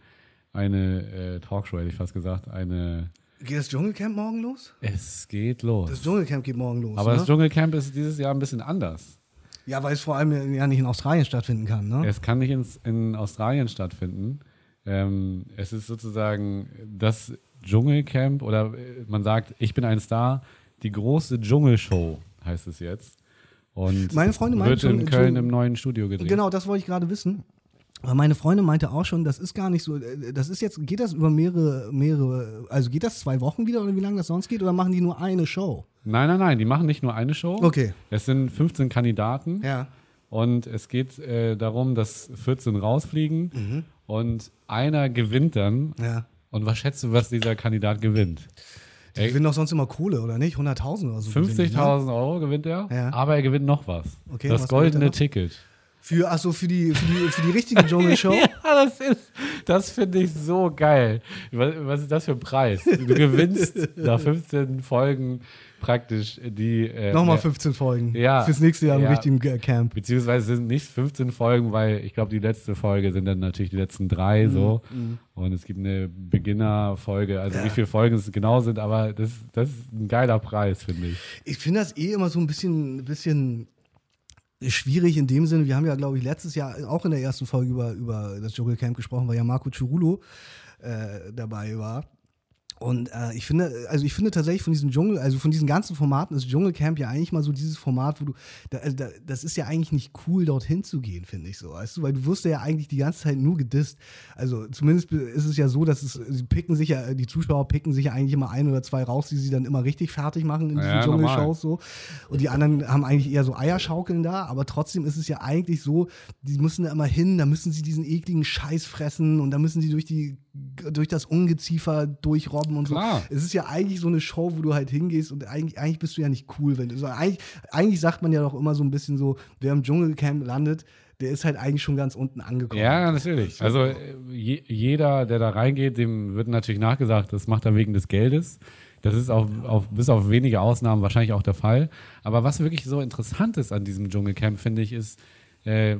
eine äh, Talkshow, hätte ich fast gesagt. Eine
Geht das Dschungelcamp morgen los?
Es geht los.
Das Dschungelcamp geht morgen los.
Aber
ne?
das Dschungelcamp ist dieses Jahr ein bisschen anders.
ja, weil es vor allem ja nicht in Australien stattfinden kann. Ne?
Es kann nicht ins, in Australien stattfinden. Ähm, es ist sozusagen das Dschungelcamp oder äh, man sagt, ich bin ein Star, die große Dschungelshow heißt es jetzt. Und
Meine Freunde meinen
wird
schon,
in Köln
Dschungel-
im neuen Studio gedreht.
Genau, das wollte ich gerade wissen. Aber meine Freundin meinte auch schon, das ist gar nicht so, äh, das ist jetzt, geht das über mehrere, mehrere, also geht das zwei Wochen wieder oder wie lange das sonst geht oder machen die nur eine Show?
Nein, nein, nein, die machen nicht nur eine Show.
Okay.
Es sind 15 Kandidaten.
Ja.
Und es geht äh, darum, dass 14 rausfliegen und einer gewinnt dann.
Mhm. Ja.
Und was schätzt du, was dieser Kandidat gewinnt?
Die gewinnen doch sonst immer Kohle, oder nicht? 100.000 oder so. gewinnen die, ne?
50.000 Euro gewinnt er,
Ja.
aber er gewinnt noch was.
Okay,
das
was gewinnt er
goldene
noch?
Ticket.
Für, ach so, für die, für die, für die richtige Dschungelshow?
Ja, das ist, das finde ich so geil. Was, was ist das für ein Preis? Du gewinnst nach 15 Folgen praktisch die. Äh,
Nochmal
äh,
15 Folgen.
Ja.
Fürs nächste Jahr im
Ja.
richtigen äh, Camp.
Beziehungsweise sind nicht 15 Folgen, weil ich glaube, die letzte Folge sind dann natürlich die letzten drei
Mhm,
so. Und es gibt eine Beginner-Folge, also wie viele Folgen es genau sind, aber das, das ist ein geiler Preis, finde ich.
Ich finde das eh immer so ein bisschen, bisschen schwierig in dem Sinne. Wir haben ja, glaube ich, letztes Jahr auch in der ersten Folge über, über das Dschungelcamp gesprochen, weil ja Marco Cirulo äh, dabei war. Und äh, ich finde, also ich finde tatsächlich von diesem Dschungel, also von diesen ganzen Formaten ist Dschungelcamp ja eigentlich mal so dieses Format, wo du, da, also da, das ist ja eigentlich nicht cool, dorthin zu gehen, finde ich so, weißt du, weil du wirst ja eigentlich die ganze Zeit nur gedisst. Also zumindest ist es ja so, dass es, sie picken sich ja, die Zuschauer picken sich ja eigentlich immer ein oder zwei raus, die sie dann immer richtig fertig machen in diesen
Ja, normal.
Dschungelshows so. Und die anderen haben eigentlich eher so Eierschaukeln da, aber trotzdem ist es ja eigentlich so, die müssen da immer hin, da müssen sie diesen ekligen Scheiß fressen und da müssen sie durch die, durch das Ungeziefer durchrobben und
Klar.
so. Es ist ja eigentlich so eine Show, wo du halt hingehst und eigentlich, eigentlich bist du ja nicht cool, wenn du, also eigentlich, eigentlich sagt man ja doch immer so ein bisschen so, wer im Dschungelcamp landet, der ist halt eigentlich schon ganz unten angekommen.
Ja, natürlich. Also äh, je, jeder, der da reingeht, dem wird natürlich nachgesagt, das macht er wegen des Geldes. Das ist auch auf, bis auf wenige Ausnahmen wahrscheinlich auch der Fall. Aber was wirklich so interessant ist an diesem Dschungelcamp, finde ich, ist, äh,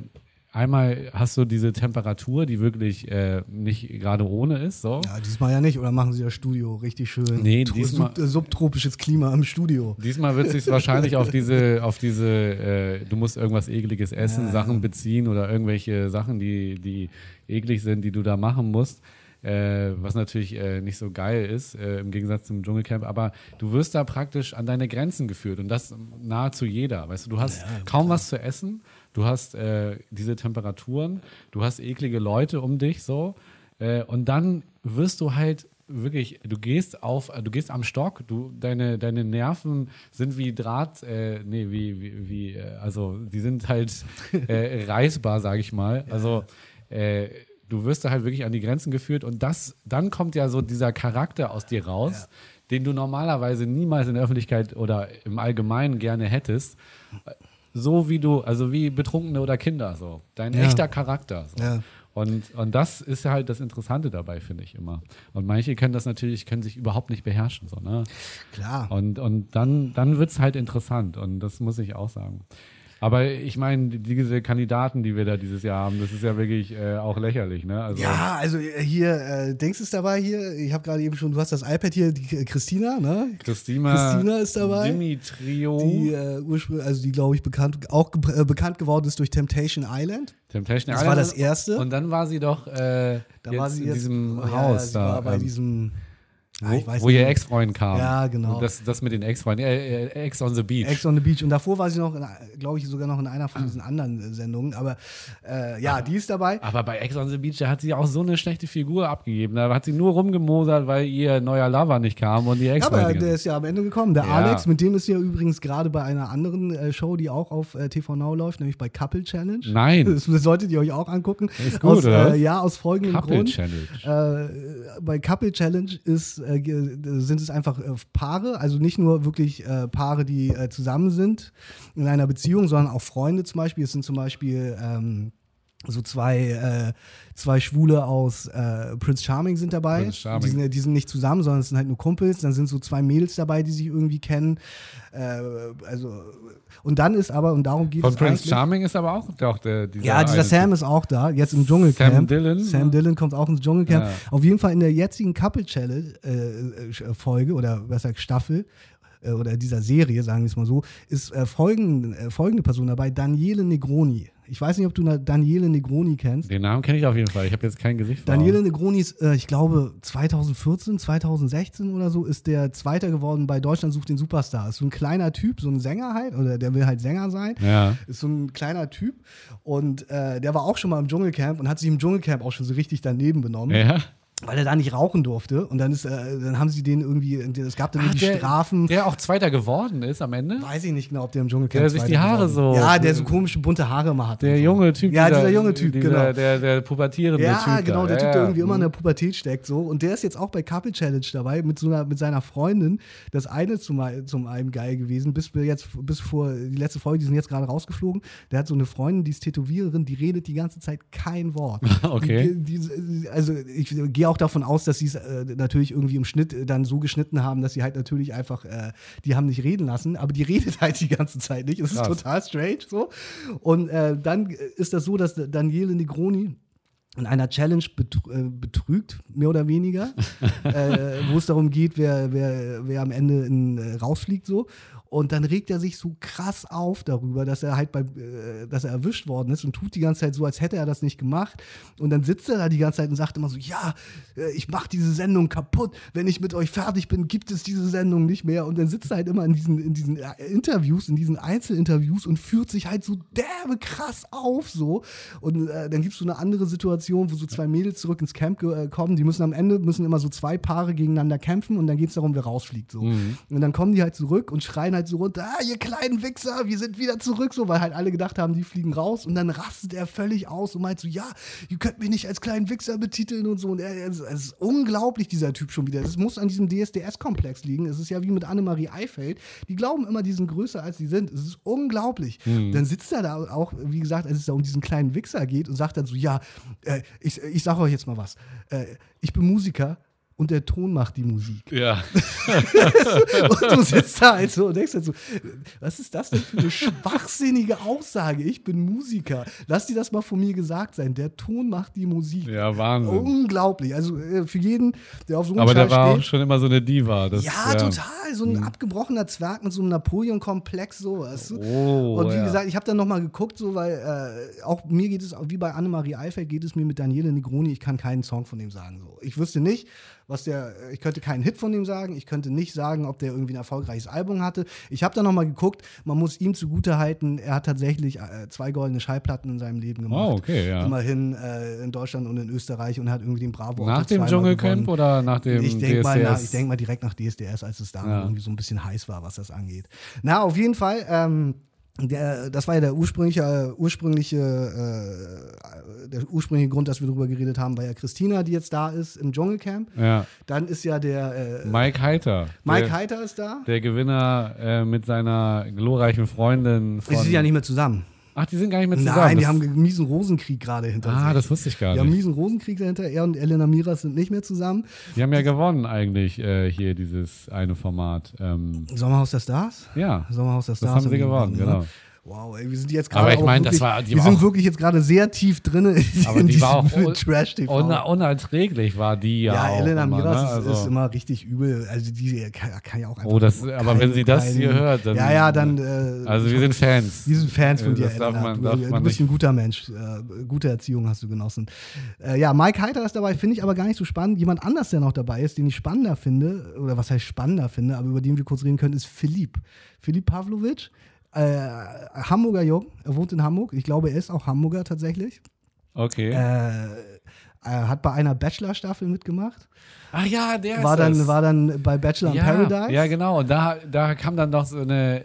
einmal hast du diese Temperatur, die wirklich äh, nicht gerade ohne ist. So.
Ja, diesmal ja nicht, oder machen sie das Studio richtig schön?
Nee,
Tro-
diesmal-
sub- äh, subtropisches Klima im Studio.
Diesmal wird sich wahrscheinlich auf diese, auf diese, äh, du musst irgendwas ekliges essen, Sachen beziehen oder irgendwelche Sachen, die, die eklig sind, die du da machen musst. Äh, was natürlich äh, nicht so geil ist, äh, im Gegensatz zum Dschungelcamp, aber du wirst da praktisch an deine Grenzen geführt und das nahezu jeder. Weißt du, du hast kaum was zu essen, du hast äh, diese Temperaturen, du hast eklige Leute um dich so äh, und dann wirst du halt wirklich, du gehst auf, du gehst am Stock, du, deine, deine Nerven sind wie Draht, äh, nee, wie, wie, wie, äh, also die sind halt äh, reißbar, sag ich mal. Also äh, du wirst da halt wirklich an die Grenzen geführt und das, dann kommt ja so dieser Charakter aus dir raus, den du normalerweise niemals in der Öffentlichkeit oder im Allgemeinen gerne hättest. Äh, So wie du, also wie Betrunkene oder Kinder, so. Dein
Ja.
echter Charakter. So.
Ja.
Und, und das ist ja halt das Interessante dabei, finde ich immer. Und manche können das natürlich, können sich überhaupt nicht beherrschen. So, ne?
Klar.
Und, und dann, dann wird es halt interessant. Und das muss ich auch sagen. Aber ich meine, die- diese Kandidaten, die wir da dieses Jahr haben, das ist ja wirklich äh, auch lächerlich. Ne? Also,
Ja, also äh, hier, äh, Dings ist dabei hier. Ich habe gerade eben schon, du hast das iPad hier, die K- Christina, ne?
Christina,
Christina ist dabei.
Dimitrio.
Die äh, ursprünglich, also die, glaube ich, bekannt, auch ge- äh, bekannt geworden ist durch Temptation Island.
Temptation
Das
Island.
war das Erste.
Und dann war sie doch äh,
Da
jetzt
war sie
in
jetzt,
diesem
ja,
Haus
sie
da.
War bei
ähm,
diesem, ja, ich weiß
wo
nicht,
ihr Ex-Freund kam.
Ja, genau.
Das, das mit den Ex-Freunden. Äh, äh, Ex on the Beach.
Ex on the Beach. Und davor war sie noch, glaube ich, sogar noch in einer von diesen anderen äh, Sendungen. Aber äh,
Ah.
ja, die ist dabei.
Aber bei Ex on the Beach, da hat sie auch so eine schlechte Figur abgegeben. Da hat sie nur rumgemosert, weil ihr neuer Lover nicht kam und die ex
Aber
freundin
der ist ja am Ende gekommen. Der
Ja.
Alex, mit dem ist ja übrigens gerade bei einer anderen äh, Show, die auch auf äh, TV Now läuft, nämlich bei Couple Challenge.
Nein.
Das solltet ihr euch auch angucken.
Ist gut,
aus,
oder was?
Äh, ja, aus folgendem
Couple
Grund.
Challenge.
Äh, bei Couple Challenge ist, äh, ge- sind es einfach äh, Paare, also nicht nur wirklich äh, Paare, die äh, zusammen sind in einer Beziehung, sondern auch Freunde zum Beispiel. Es sind zum Beispiel ähm, so zwei, äh, zwei Schwule aus äh, Prince Charming sind dabei.
Prince Charming.
Die, sind, die sind nicht zusammen, sondern es sind halt nur Kumpels. Dann sind so zwei Mädels dabei, die sich irgendwie kennen. Äh, also, und dann ist aber, und darum geht
Von
es
Prince
eigentlich-
Charming ist aber auch doch der, dieser
ja, dieser
eine
Sam ist auch da, jetzt im Dschungelcamp.
also Sam Dillon. ne?
Sam Dillon kommt auch ins Dschungelcamp.
Ja.
Auf jeden Fall in der jetzigen Couple Challenge äh, äh, Folge oder besser Staffel äh, oder dieser Serie, sagen wir es mal so, ist äh, folgen, äh, folgende Person dabei, Daniele Negroni. Ich weiß nicht, ob du na- Daniele Negroni kennst.
Typ. Den Namen kenne ich auf jeden Fall. Ich habe jetzt kein Gesicht vor
Daniele
Augen.
Negroni ist, äh, ich glaube, 2014, 2016 oder so, ist der Zweiter geworden bei Deutschland sucht den Superstar. Ist so ein kleiner Typ, so ein Sänger halt, oder der will halt Sänger sein
Ja.
ist so ein kleiner Typ und äh, der war auch schon mal im Dschungelcamp und hat sich im Dschungelcamp auch schon so richtig daneben benommen,
Ja.
weil er da nicht rauchen durfte und dann ist, äh, dann haben sie den irgendwie, es gab dann irgendwie Strafen.
Ah, Der auch Zweiter geworden ist am Ende.
Weiß ich nicht genau, ob der im Dschungelcamp
Der sich die
Zweiter
Haare
geworden ist.
so-
Ja, der so komische bunte Haare immer hatte. und
Der
so.
junge Typ.
Ja, dieser junge Typ,
dieser,
genau.
Der, der pubertierende
Ja,
Typ. da.
genau, der
ja,
Typ, der
ja. Mhm.
irgendwie immer in der Pubertät steckt, so. Und der ist jetzt auch bei Couple Challenge dabei mit, so einer, mit seiner Freundin. Das eine ist zum, zum einen geil gewesen, bis wir jetzt, bis vor die letzte Folge, die sind jetzt gerade rausgeflogen. Der hat so eine Freundin, die ist Tätowiererin, die redet die ganze Zeit kein Wort.
Okay.
Die, die, also ich gehe auch davon aus, dass sie es äh, natürlich irgendwie im Schnitt äh, dann so geschnitten haben, dass sie halt natürlich einfach, äh, die haben nicht reden lassen, aber die redet halt die ganze Zeit nicht. Es ist
Krass.
total strange so. Und äh, dann ist das so, dass Daniele Negroni in einer Challenge betr äh, betrügt, mehr oder weniger, äh, wo es darum geht, wer, wer, wer am Ende in, äh, rausfliegt so. Und dann regt er sich so krass auf darüber, dass er halt bei, äh, dass er erwischt worden ist und tut die ganze Zeit so, als hätte er das nicht gemacht. Und dann sitzt er da die ganze Zeit und sagt immer so, ja, äh, ich mache diese Sendung kaputt. Wenn ich mit euch fertig bin, gibt es diese Sendung nicht mehr. Und dann sitzt er halt immer in diesen, in diesen äh, Interviews, in diesen Einzelinterviews und führt sich halt so derbe krass auf so. Und äh, dann gibt es so eine andere Situation, wo so zwei Mädels zurück ins Camp ge- äh, kommen. Die müssen am Ende, müssen immer so zwei Paare gegeneinander kämpfen und dann geht es darum, wer rausfliegt so. Und dann kommen die halt zurück und schreien halt so runter, ah, ihr kleinen Wichser, wir sind wieder zurück, so, weil halt alle gedacht haben, die fliegen raus und dann rastet er völlig aus und meint so, ja, ihr könnt mich nicht als kleinen Wichser betiteln und so. Und er, er es ist unglaublich, dieser Typ schon wieder. Es muss an diesem DSDS-Komplex liegen. Es ist ja wie mit Annemarie Eifeld. Die glauben immer, die sind größer als sie sind. Es ist unglaublich. Dann sitzt er da auch, wie gesagt, als es da um diesen kleinen Wichser geht und sagt dann so, ja, äh, ich, ich sag euch jetzt mal was. Äh, ich bin Musiker und der Ton macht die Musik.
Ja.
Und du sitzt da halt so und denkst halt so, was ist das denn für eine schwachsinnige Aussage? Ich bin Musiker. Lass dir das mal von mir gesagt sein. Der Ton macht die Musik.
Ja, Wahnsinn.
Unglaublich. Also äh, für jeden, der auf so einem
Aber der
Scheiß
war auch
steht.
schon immer so eine Diva. Das,
Oh,
Hm.
ja, total. So ein abgebrochener Zwerg mit so einem Napoleon-Komplex, sowas.
Oh,
und wie
ja.
gesagt, ich habe dann nochmal geguckt, so, weil äh, auch mir geht es, auch wie bei Annemarie Eifeld, geht es mir mit Daniele Negroni, ich kann keinen Song von dem sagen. So. Ich wüsste nicht, was der, äh, ich könnte keinen Hit von dem sagen, ich könnte nicht sagen, ob der irgendwie ein erfolgreiches Album hatte. Ich habe dann nochmal geguckt, man muss ihm zugutehalten, er hat tatsächlich äh, zwei goldene Schallplatten in seinem Leben gemacht.
Oh, okay, ja.
Immerhin äh, in Deutschland und in Österreich und hat irgendwie den Bravo auch
Nach dem
zweimal
Dschungelcamp
gewonnen
oder nach dem
ich denke mal, nach-
DSDS?
ich denk mal direkt nach DSDS, als es da
Ja.
irgendwie so ein bisschen heiß war, was das angeht. Na, auf jeden Fall. Ähm, der, das war ja der ursprüngliche, ursprüngliche, äh, der ursprüngliche Grund, dass wir darüber geredet haben, war ja Christina, die jetzt da ist im Dschungelcamp.
ja.
Dann ist ja der äh,
Mike Heiter.
Mike
der,
Heiter ist da.
Der Gewinner äh, mit seiner glorreichen Freundin.
Die
Von,
sind ja nicht mehr zusammen.
Ach, die sind gar nicht mehr zusammen.
Nein, die
Das-
haben einen miesen Rosenkrieg gerade hinter sich.
Ah, das wusste ich gar
Die haben einen
nicht.
miesen Rosenkrieg dahinter. Er und Elena Miras sind nicht mehr zusammen.
Die haben ja gewonnen eigentlich äh, hier dieses eine Format. Ähm,
Sommerhaus der Stars?
ja.
Sommerhaus der Stars.
haben sie
haben die ne?
gewonnen, genau.
Wow, ey, wir sind jetzt gerade.
Aber ich
auch
meine,
wirklich-
das war- die
Wir
war
sind
auch-
wirklich jetzt gerade sehr tief drin in,
genau. Aber
in
die war
diesem
auch un-
Trash-TV.
Un unerträglich war die ja.
ja,
auch
Elena
immer,
Miras
ne?
ist,
also,
ist immer richtig übel. Also, die kann, kann ja auch einfach.
Oh, das- aber wenn sie das hier hört, dann-
Ja, ja, dann. Äh,
Also wir sind Fans.
wir sind Fans von
Äh,
dir,
das darf
Elena.
man-
du,
darf
du
man
bist
nicht-
ein guter Mensch. Äh, gute Erziehung hast du genossen. Äh, ja, Mike Heiter ist dabei, finde ich aber gar nicht so spannend. Jemand anders, der noch dabei ist, den ich spannender finde, oder was heißt spannender finde, aber über den wir kurz reden können, ist Philipp. Philipp Pavlovic, äh, Hamburger Jung, er wohnt in Hamburg. Ich glaube, er ist auch Hamburger tatsächlich.
okay.
Äh, er hat bei einer Bachelor-Staffel mitgemacht.
Ach ja, der
War
ist
dann,
es.
war dann bei Bachelor
ja,
in Paradise.
Ja, genau. Und da, da kam dann doch so eine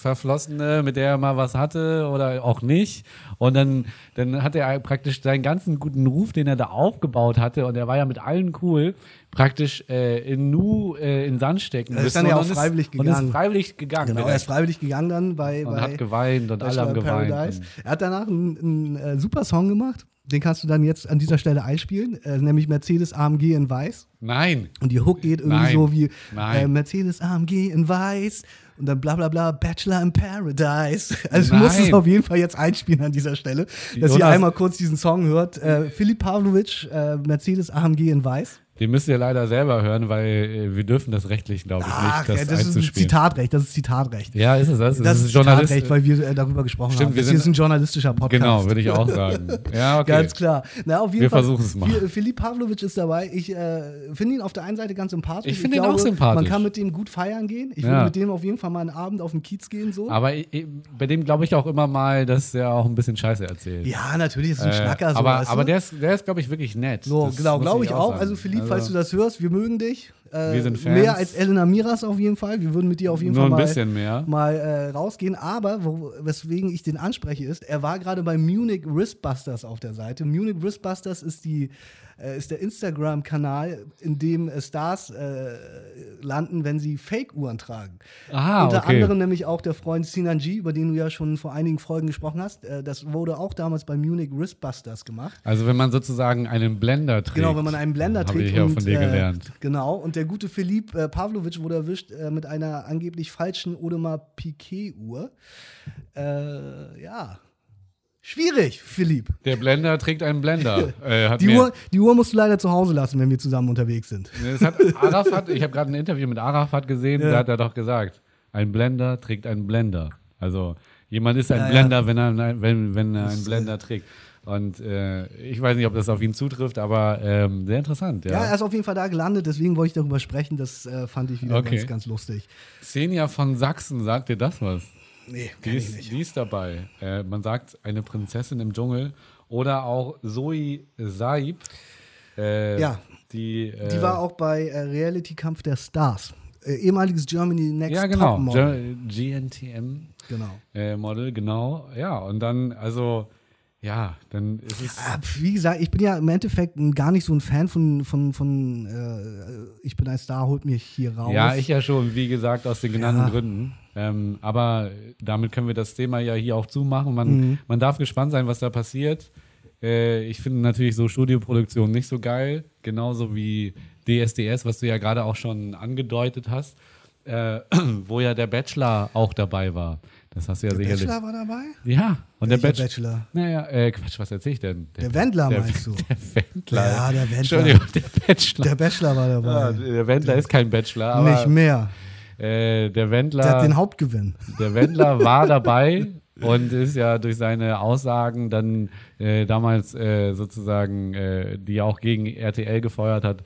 Ex-Verflossene, mit der er mal was hatte oder auch nicht. Und dann, dann hat er praktisch seinen ganzen guten Ruf, den er da aufgebaut hatte, und er war ja mit allen cool, praktisch äh, in Nu äh, in Sand stecken.
Er ist
müssen
dann ja
und
auch freiwillig
Und
gegangen.
ist freiwillig gegangen.
Genau,
mit
er ist freiwillig gegangen dann bei,
und
bei
hat geweint und alle
Bachelor
haben
in
geweint.
Paradise. Er hat danach einen, einen äh, super Song gemacht. Den kannst du dann jetzt an dieser Stelle einspielen, äh, nämlich Mercedes AMG in Weiß.
Nein.
Und die Hook geht irgendwie
Nein.
so wie
Nein.
äh, Mercedes AMG in Weiß und dann bla bla bla Bachelor in Paradise. Also
Nein.
du musst es auf jeden Fall jetzt einspielen an dieser Stelle, dass ihr
Jonas-
einmal kurz diesen Song hört. Äh, Philipp Pavlovic, äh, Mercedes AMG in Weiß.
Den müsst ihr leider selber hören, weil äh, wir dürfen das rechtlich, glaube ich,
Ach,
nicht, das,
ja, das ist ein
einzuspielen.
Zitatrecht, das ist Zitatrecht.
Ja, ist es das?
Das ist,
Journalist-
Zitatrecht, weil wir äh, darüber gesprochen
Stimmt,
haben.
wir
Das hier
sind-
ist ein journalistischer Podcast.
Genau, würde ich auch sagen. Ja, okay.
Ganz klar. Na, auf jeden
Wir
Fall,
versuchen es mal.
Fi- Filip Pavlovic ist dabei. Ich äh, finde ihn auf der einen Seite ganz sympathisch.
Ich finde ihn auch
glaube,
sympathisch.
Man kann mit dem gut feiern gehen. Ich
Ja.
würde mit dem auf jeden Fall mal einen Abend auf den Kiez gehen. So.
Aber ich, ich, bei dem glaube ich auch immer mal, dass er auch ein bisschen Scheiße erzählt.
ja, natürlich ist es ein
Äh,
Schnacker. ne? So,
aber
weißt
aber
du?
der ist, der ist glaube ich, wirklich nett.
so,
Das
genau,
muss
glaube ich auch.
sagen.
Also Philipp, falls du das hörst, wir mögen dich. Äh,
Wir sind Fans.
Mehr als Elena Miras auf jeden Fall. Wir würden mit dir auf jeden
Nur
Fall
ein
mal,
bisschen mehr.
mal äh, rausgehen. Aber wo, weswegen ich den anspreche ist, er war gerade bei Munich Wristbusters auf der Seite. Munich Wristbusters ist die äh, ist der Instagram-Kanal, in dem äh, Stars äh, landen, wenn sie Fake-Uhren tragen.
Aha,
Unter
Ah, okay.
anderem nämlich auch der Freund Sinan G, über den du ja schon vor einigen Folgen gesprochen hast. Äh, das wurde auch damals bei Munich Wristbusters gemacht.
Also wenn man sozusagen einen Blender trägt.
Genau, wenn man einen Blender
Habe
trägt.
ich ja
und,
von dir
äh,
gelernt.
Genau, und der gute Philipp äh, Pavlovic wurde erwischt äh, mit einer angeblich falschen Odemar Piquet-Uhr. Äh, ja. Schwierig, Philipp.
Der Blender trägt einen Blender. Äh, hat
Die
mir-
Uhr, die Uhr musst du leider zu Hause lassen, wenn wir zusammen unterwegs sind.
Nee, Das hat Arafat, ich habe gerade ein Interview mit Arafat gesehen, da hat er doch gesagt. Ein Blender trägt einen Blender. Also jemand ist
Ja,
ein
ja.
Blender, wenn er, wenn, wenn er
Das,
einen
äh,
Blender trägt. Und äh, ich weiß nicht, ob das auf ihn zutrifft, aber ähm, sehr interessant.
Ja,
Ja.
er ist auf jeden Fall da gelandet, deswegen wollte ich darüber sprechen. Das äh, fand ich wieder
Okay.
ganz, ganz lustig.
Xenia von Sachsen, sagt dir das was?
Nee,
Die
kenn ich
ist,
nicht.
die ist dabei. Äh, man sagt eine Prinzessin im Dschungel oder auch Zoe Saib. Äh,
Ja.
Die, äh,
Die war auch bei äh, Reality Kampf der Stars. Äh, ehemaliges Germany Next
Ja, genau.
Top Model.
Ge- GNTM
Genau.
äh, Model, genau. Ja, und dann, also, ja, dann ist es.
Ah, pf, Wie gesagt, ich bin ja im Endeffekt n- gar nicht so ein Fan von, von, von äh, Ich bin ein Star, holt mich hier raus.
Ja, ich ja schon, wie gesagt, aus den genannten
Ja.
Gründen. Ähm, aber damit können wir das Thema ja hier auch zumachen. Man,
Mhm.
man darf gespannt sein, was da passiert. Äh, ich finde natürlich so Studioproduktion nicht so geil, genauso wie DSDS, was du ja gerade auch schon angedeutet hast, äh, wo ja der Bachelor auch dabei war. Das hast du ja sicherlich.
Bachelor war dabei?
Ja, und der
Welcher
Bachelor.
Bachelor?
Naja, äh, Quatsch, was erzähl ich denn?
Der Wendler
der-
meinst du?
Der Wendler.
Ja, der Wendler.
Entschuldigung, der Bachelor.
Der Bachelor war
Ah,
dabei.
der Wendler ist kein Bachelor, aber
nicht mehr. Der
äh, der
hat den
Wendler,
Hauptgewinn.
der Wendler war dabei und ist ja durch seine Aussagen dann äh, damals äh, sozusagen, äh, die er auch gegen RTL gefeuert hat,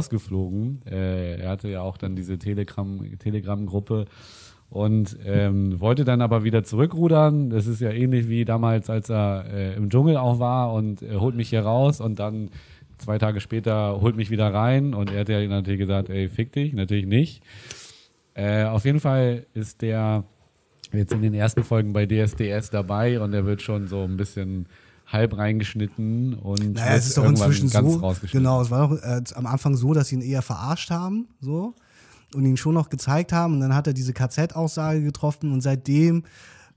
rausgeflogen. Äh, er hatte ja auch dann diese Telegram- Telegram-Gruppe und ähm, wollte dann aber wieder zurückrudern. Das ist ja ähnlich wie damals, als er äh, im Dschungel auch war und äh, holt mich hier raus und dann zwei Tage später holt mich wieder rein und er hat ja natürlich gesagt, ey, fick dich, natürlich nicht. Äh, auf jeden Fall ist der jetzt in den ersten Folgen bei DSDS dabei und er wird schon so ein bisschen halb reingeschnitten und
Naja,
wird
es ist doch
irgendwann
inzwischen
ganz
so.
rausgeschnitten.
Genau, es war doch äh, am Anfang so, dass sie ihn eher verarscht haben, so und ihn schon noch gezeigt haben. Und dann hat er diese KZ-Aussage getroffen und seitdem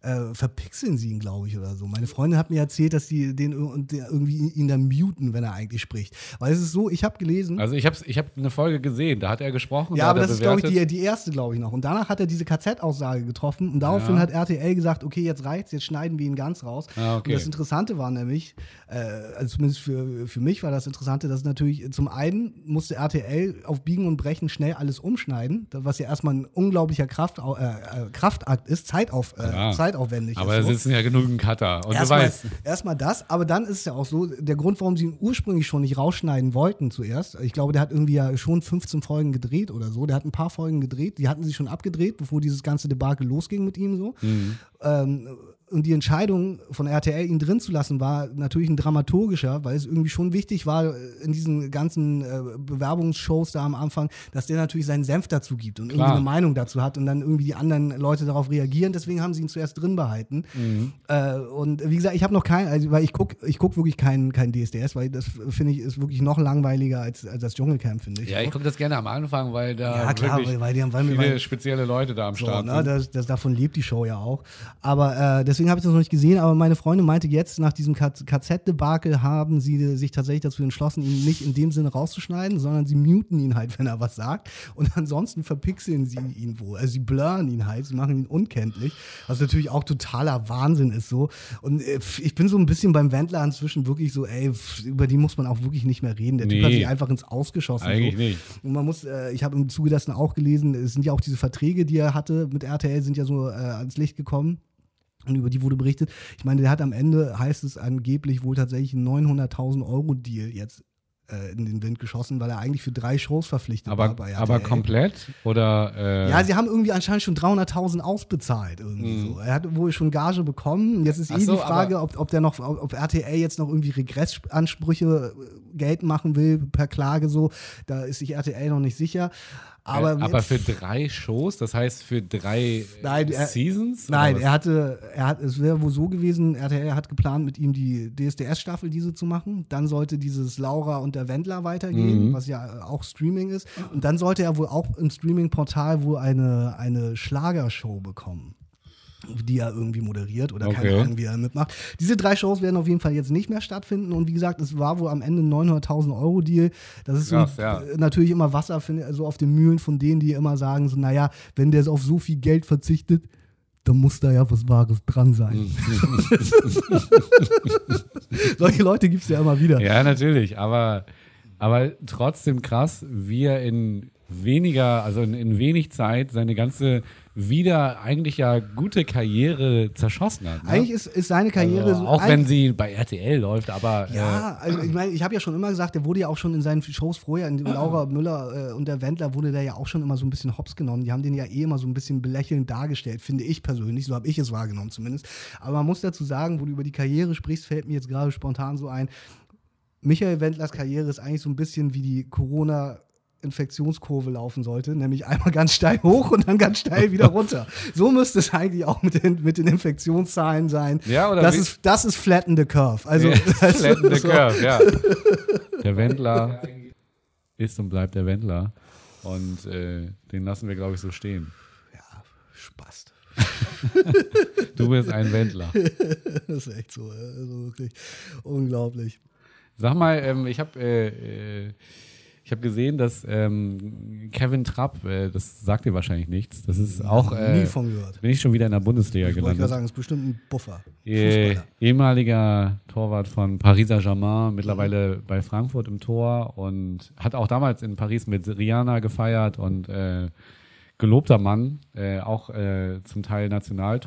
äh, verpixeln sie ihn, glaube ich, oder so. Meine Freundin hat mir erzählt, dass sie den ir- und der irgendwie ihn dann muten, wenn er eigentlich spricht. Weil es ist so, ich habe gelesen.
Also ich habe ich hab eine Folge gesehen, da hat er gesprochen.
genau. ja,
da
aber
hat
das
er
ist, glaube ich,
bewertet.
die, die erste, glaube ich, noch. Und danach hat er diese KZ-Aussage getroffen und daraufhin
Ja.
hat RTL gesagt, okay, jetzt reicht's, jetzt schneiden wir ihn ganz raus.
Ah, okay.
Und das Interessante war nämlich, äh, also zumindest für, für mich war das Interessante, dass natürlich äh, zum einen musste RTL auf Biegen und Brechen schnell alles umschneiden, was ja erstmal ein unglaublicher Kraft, äh, äh, Kraftakt ist, zeitauf, äh,
Ja.
zeitaufwendig
Aber
ist.
da
so.
sitzen ja genügend Cutter. Und du
Erstmal,
weißt,
erstmal das, aber dann ist es ja auch so, der Grund, warum sie ihn ursprünglich schon nicht rausschneiden wollten zuerst, ich glaube, der hat irgendwie ja schon 15 Folgen gedreht oder so, der hat ein paar Folgen gedreht, die hatten sie schon abgedreht, bevor dieses ganze Debakel losging mit ihm so.
Mhm.
Ähm, und die Entscheidung von RTL, ihn drin zu lassen, war natürlich ein dramaturgischer, weil es irgendwie schon wichtig war in diesen ganzen äh, Bewerbungsshows da am Anfang, dass der natürlich seinen Senf dazu gibt und
Klar.
irgendwie eine Meinung dazu hat und dann irgendwie die anderen Leute darauf reagieren. Deswegen haben sie ihn zuerst drin behalten.
Mhm.
Äh, und wie gesagt, ich habe noch keinen, also, weil ich gucke ich guck wirklich keinen kein DSDS, weil das finde ich ist wirklich noch langweiliger als, als das Dschungelcamp, finde ich.
Ja, ich gucke das gerne am Anfang, weil da
Ja, klar,
wirklich
weil- weil die- weil wir-
viele
weil-
spezielle Leute da am
So,
Start
ne,
sind.
das, das, davon lebt die Show ja auch. Aber äh, deswegen habe ich das noch nicht gesehen. Aber meine Freundin meinte jetzt, nach diesem KZ KZ-Debakel haben sie sich tatsächlich dazu entschlossen, ihn nicht in dem Sinne rauszuschneiden, sondern sie muten ihn halt, wenn er was sagt. Und ansonsten verpixeln sie ihn wohl. Also sie blurren ihn halt, sie machen ihn unkenntlich. Was natürlich auch totaler Wahnsinn ist so. Und äh, pf, ich bin so ein bisschen beim Wendler inzwischen wirklich so, ey, pf, über die muss man auch wirklich nicht mehr reden. Der Typ
Nee.
hat sich einfach ins Ausgeschossen.
Eigentlich
so.
nicht.
Und man muss, äh, ich habe im Zuge dessen auch gelesen, es sind ja auch diese Verträge, die er hatte mit RTL, sind ja so äh, ans Licht gekommen. Und über die wurde berichtet. Ich meine, der hat am Ende, heißt es angeblich, wohl tatsächlich einen 900.000 Euro Deal jetzt äh, in den Wind geschossen, weil er eigentlich für drei Shows verpflichtet war
aber
bei
aber
RTL.
komplett oder äh,
Ja, sie haben irgendwie anscheinend schon 300.000 ausbezahlt irgendwie
Mhm.
so. Er hat wohl schon Gage bekommen. Jetzt ist
Ach
eh
so,
die Frage, ob, ob der noch, ob, ob RTL jetzt noch irgendwie Regressansprüche äh, geltend machen will per Klage so. Da ist sich RTL noch nicht sicher. Aber,
Äh, aber, für drei Shows, das heißt für drei
Nein,
äh,
er-
Seasons?
Nein,
Oder
er hatte, er hat, es wäre wohl so gewesen, RTL hat geplant, mit ihm die DSDS-Staffel diese zu machen. Dann sollte dieses Laura und der Wendler
Mhm.
weitergehen, was ja äh, auch Streaming ist. Und dann sollte er wohl auch im Streaming-Portal wohl eine, eine Schlagershow bekommen. Die er irgendwie moderiert oder keine
Okay.
Ahnung, wie er mitmacht. Diese drei Shows werden auf jeden Fall jetzt nicht mehr stattfinden. Und wie gesagt, es war wohl am Ende ein 900.000 Euro Deal. Das ist
Krass,
so
ja.
äh, natürlich immer Wasser für, so auf den Mühlen von denen, die immer sagen, so, naja, wenn der auf so viel Geld verzichtet, dann muss da ja was Wahres dran
Mhm.
sein. Solche Leute gibt es ja immer wieder.
was? ja, natürlich, aber, aber trotzdem krass, wie er in weniger, also in, in wenig Zeit seine ganze wieder eigentlich ja gute Karriere zerschossen hat. Ne?
Eigentlich ist, ist seine Karriere
also,
so-
auch
eigentlich-
wenn sie bei RTL läuft, aber äh,
Ja, also ich meine, ich habe ja schon immer gesagt, der wurde ja auch schon in seinen Shows vorher, in Laura Müller äh, und der Wendler, wurde der ja auch schon immer so ein bisschen hops genommen. Die haben den ja eh immer so ein bisschen belächelnd dargestellt, finde ich persönlich. So habe ich es wahrgenommen zumindest. Aber man muss dazu sagen, wo du über die Karriere sprichst, fällt mir jetzt gerade spontan so ein. Michael Wendlers Karriere ist eigentlich so ein bisschen wie die Corona- Infektionskurve laufen sollte, nämlich einmal ganz steil hoch und dann ganz steil wieder runter. So müsste es eigentlich auch mit den, mit den Infektionszahlen sein.
Ja, oder
das
wie-
ist das ist flatten the curve. Also das-
flatten the
so.
curve, ja. Der Wendler ist und bleibt der Wendler. Und äh, den lassen wir, glaube ich, so stehen.
Ja, Spaß.
Du bist ein Wendler.
Das ist echt so, also wirklich unglaublich.
Sag mal, ähm, ich habe äh, äh, ich hab gesehen, dass ähm, Kevin Trapp, äh, das sagt dir wahrscheinlich nichts, das ist auch. Äh,
Nie von gehört.
Bin ich schon wieder in der Bundesliga
Ich wollte gerade
gelandet.
sagen, ist bestimmt ein Buffer.
Äh,
Fußballer. Mhm.
ehemaliger Torwart von Paris Saint-Germain, mittlerweile bei Frankfurt im Tor und hat auch damals in Paris mit Rihanna gefeiert und äh, gelobter Mann, äh, auch äh, zum Teil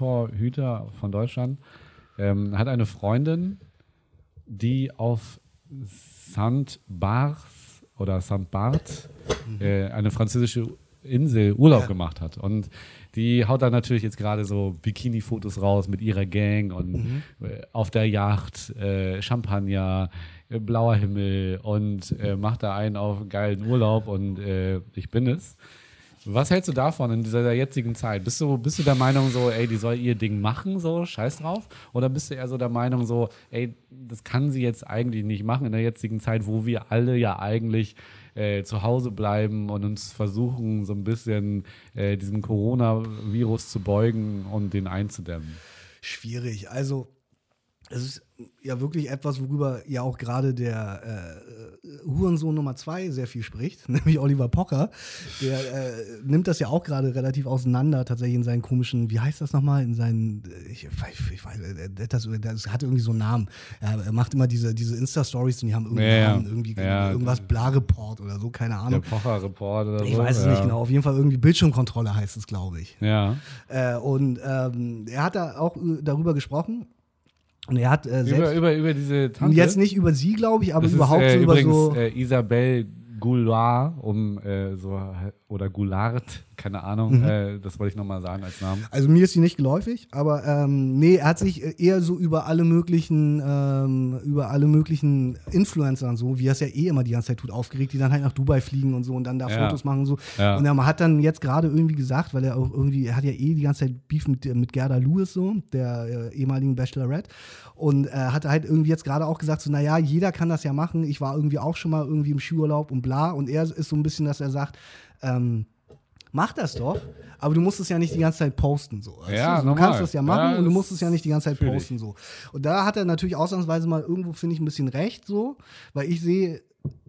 Nationaltorhüter von Deutschland, ähm, hat eine Freundin, die auf St. Barth oder St. Barth, äh, eine französische Insel, Urlaub gemacht hat. Und die haut da natürlich jetzt gerade so Bikini-Fotos raus mit ihrer Gang und äh, auf der Yacht, äh, Champagner, äh, blauer Himmel und äh, macht da einen auf geilen Urlaub und äh, ich bin es. Was hältst du davon in dieser jetzigen Zeit? Bist du, bist du der Meinung so, ey, die soll ihr Ding machen, so, scheiß drauf? Oder bist du eher so der Meinung so, ey, das kann sie jetzt eigentlich nicht machen in der jetzigen Zeit, wo wir alle ja eigentlich äh, zu Hause bleiben und uns versuchen, so ein bisschen äh, diesem Coronavirus zu beugen und den einzudämmen?
Schwierig. Also, es ist ja wirklich etwas, worüber ja auch gerade der äh, Hurensohn Nummer zwei sehr viel spricht, nämlich Oliver Pocher. Der äh, nimmt das ja auch gerade relativ auseinander, tatsächlich in seinen komischen, wie heißt das nochmal, in seinen, äh, ich, ich, ich weiß, äh, das, das hat irgendwie so einen Namen. Er er macht immer diese, diese Insta-Stories und die haben irgendwie,
Ja, ja.
Namen, irgendwie
Ja,
irgendwas Bla-Report oder so, keine
Der
Ahnung.
Pocher-Report oder so?
Ich weiß es
ja.
nicht genau. Auf jeden Fall irgendwie Bildschirmkontrolle heißt es, glaube ich.
Ja.
Äh, und ähm, er hat da auch äh, darüber gesprochen. Und er hat äh,
Über,
selbst,
über, über diese Tante.
jetzt nicht über sie, glaube ich, aber
Das
um überhaupt
ist, äh,
so über
übrigens,
so.
Äh, Isabel Goulart, um äh, so oder Goulart, keine
Mhm.
Ahnung, äh, das wollte ich nochmal sagen als Namen.
also mir ist sie nicht geläufig, aber ähm, nee, er hat sich äh, eher so über alle möglichen, ähm, über alle möglichen Influencer und so, wie er es ja eh immer die ganze Zeit tut, aufgeregt, die dann halt nach Dubai fliegen und so und dann da
Ja.
Fotos machen und so.
Ja.
Und er hat dann jetzt gerade irgendwie gesagt, weil er auch irgendwie, er hat ja eh die ganze Zeit Beef mit, mit Gerda Lewis so, der äh, ehemaligen Bachelorette. Und äh, hat halt irgendwie jetzt gerade auch gesagt, so, naja, jeder kann das ja machen. Ich war irgendwie auch schon mal irgendwie im Skiurlaub und bla. Und er ist so ein bisschen, dass er sagt, ähm, mach das doch, aber du musst es ja nicht die ganze Zeit posten. So. weißt du?
Ja,
So, du
normal.
kannst das ja machen
Ja,
und du
das
musst es ja nicht die ganze Zeit
fühl ich.
posten. So. Und da hat er natürlich ausnahmsweise mal irgendwo, finde ich, ein bisschen recht, so, weil ich sehe,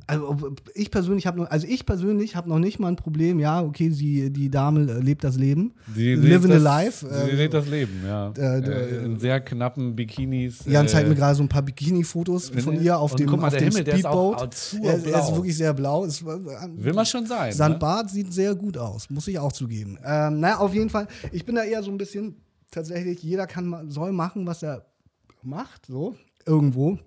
also ob- ich persönlich habe noch, also ich persönlich habe noch nicht mal ein Problem, ja, okay, sie, die Dame äh, lebt das Leben.
Sie
Living
lebt
a
das,
life.
Sie
äh,
lebt das Leben, ja.
äh,
Äh, in sehr knappen Bikinis.
Jan zeigt
äh,
mir gerade so ein paar Bikini-Fotos
wenn-
von ihr auf
und
dem,
guck mal,
auf
der
dem
Himmel, der ist auch
Speedboat. er,
azurblau.
er ist wirklich sehr blau. Es, war- äh,
Will man schon sein. Ne?
Sandbad sieht sehr gut aus, muss ich auch zugeben. Ähm, naja, auf jeden Fall, ich bin da eher so ein bisschen tatsächlich, jeder kann, ma- soll machen, was er macht, so, irgendwo.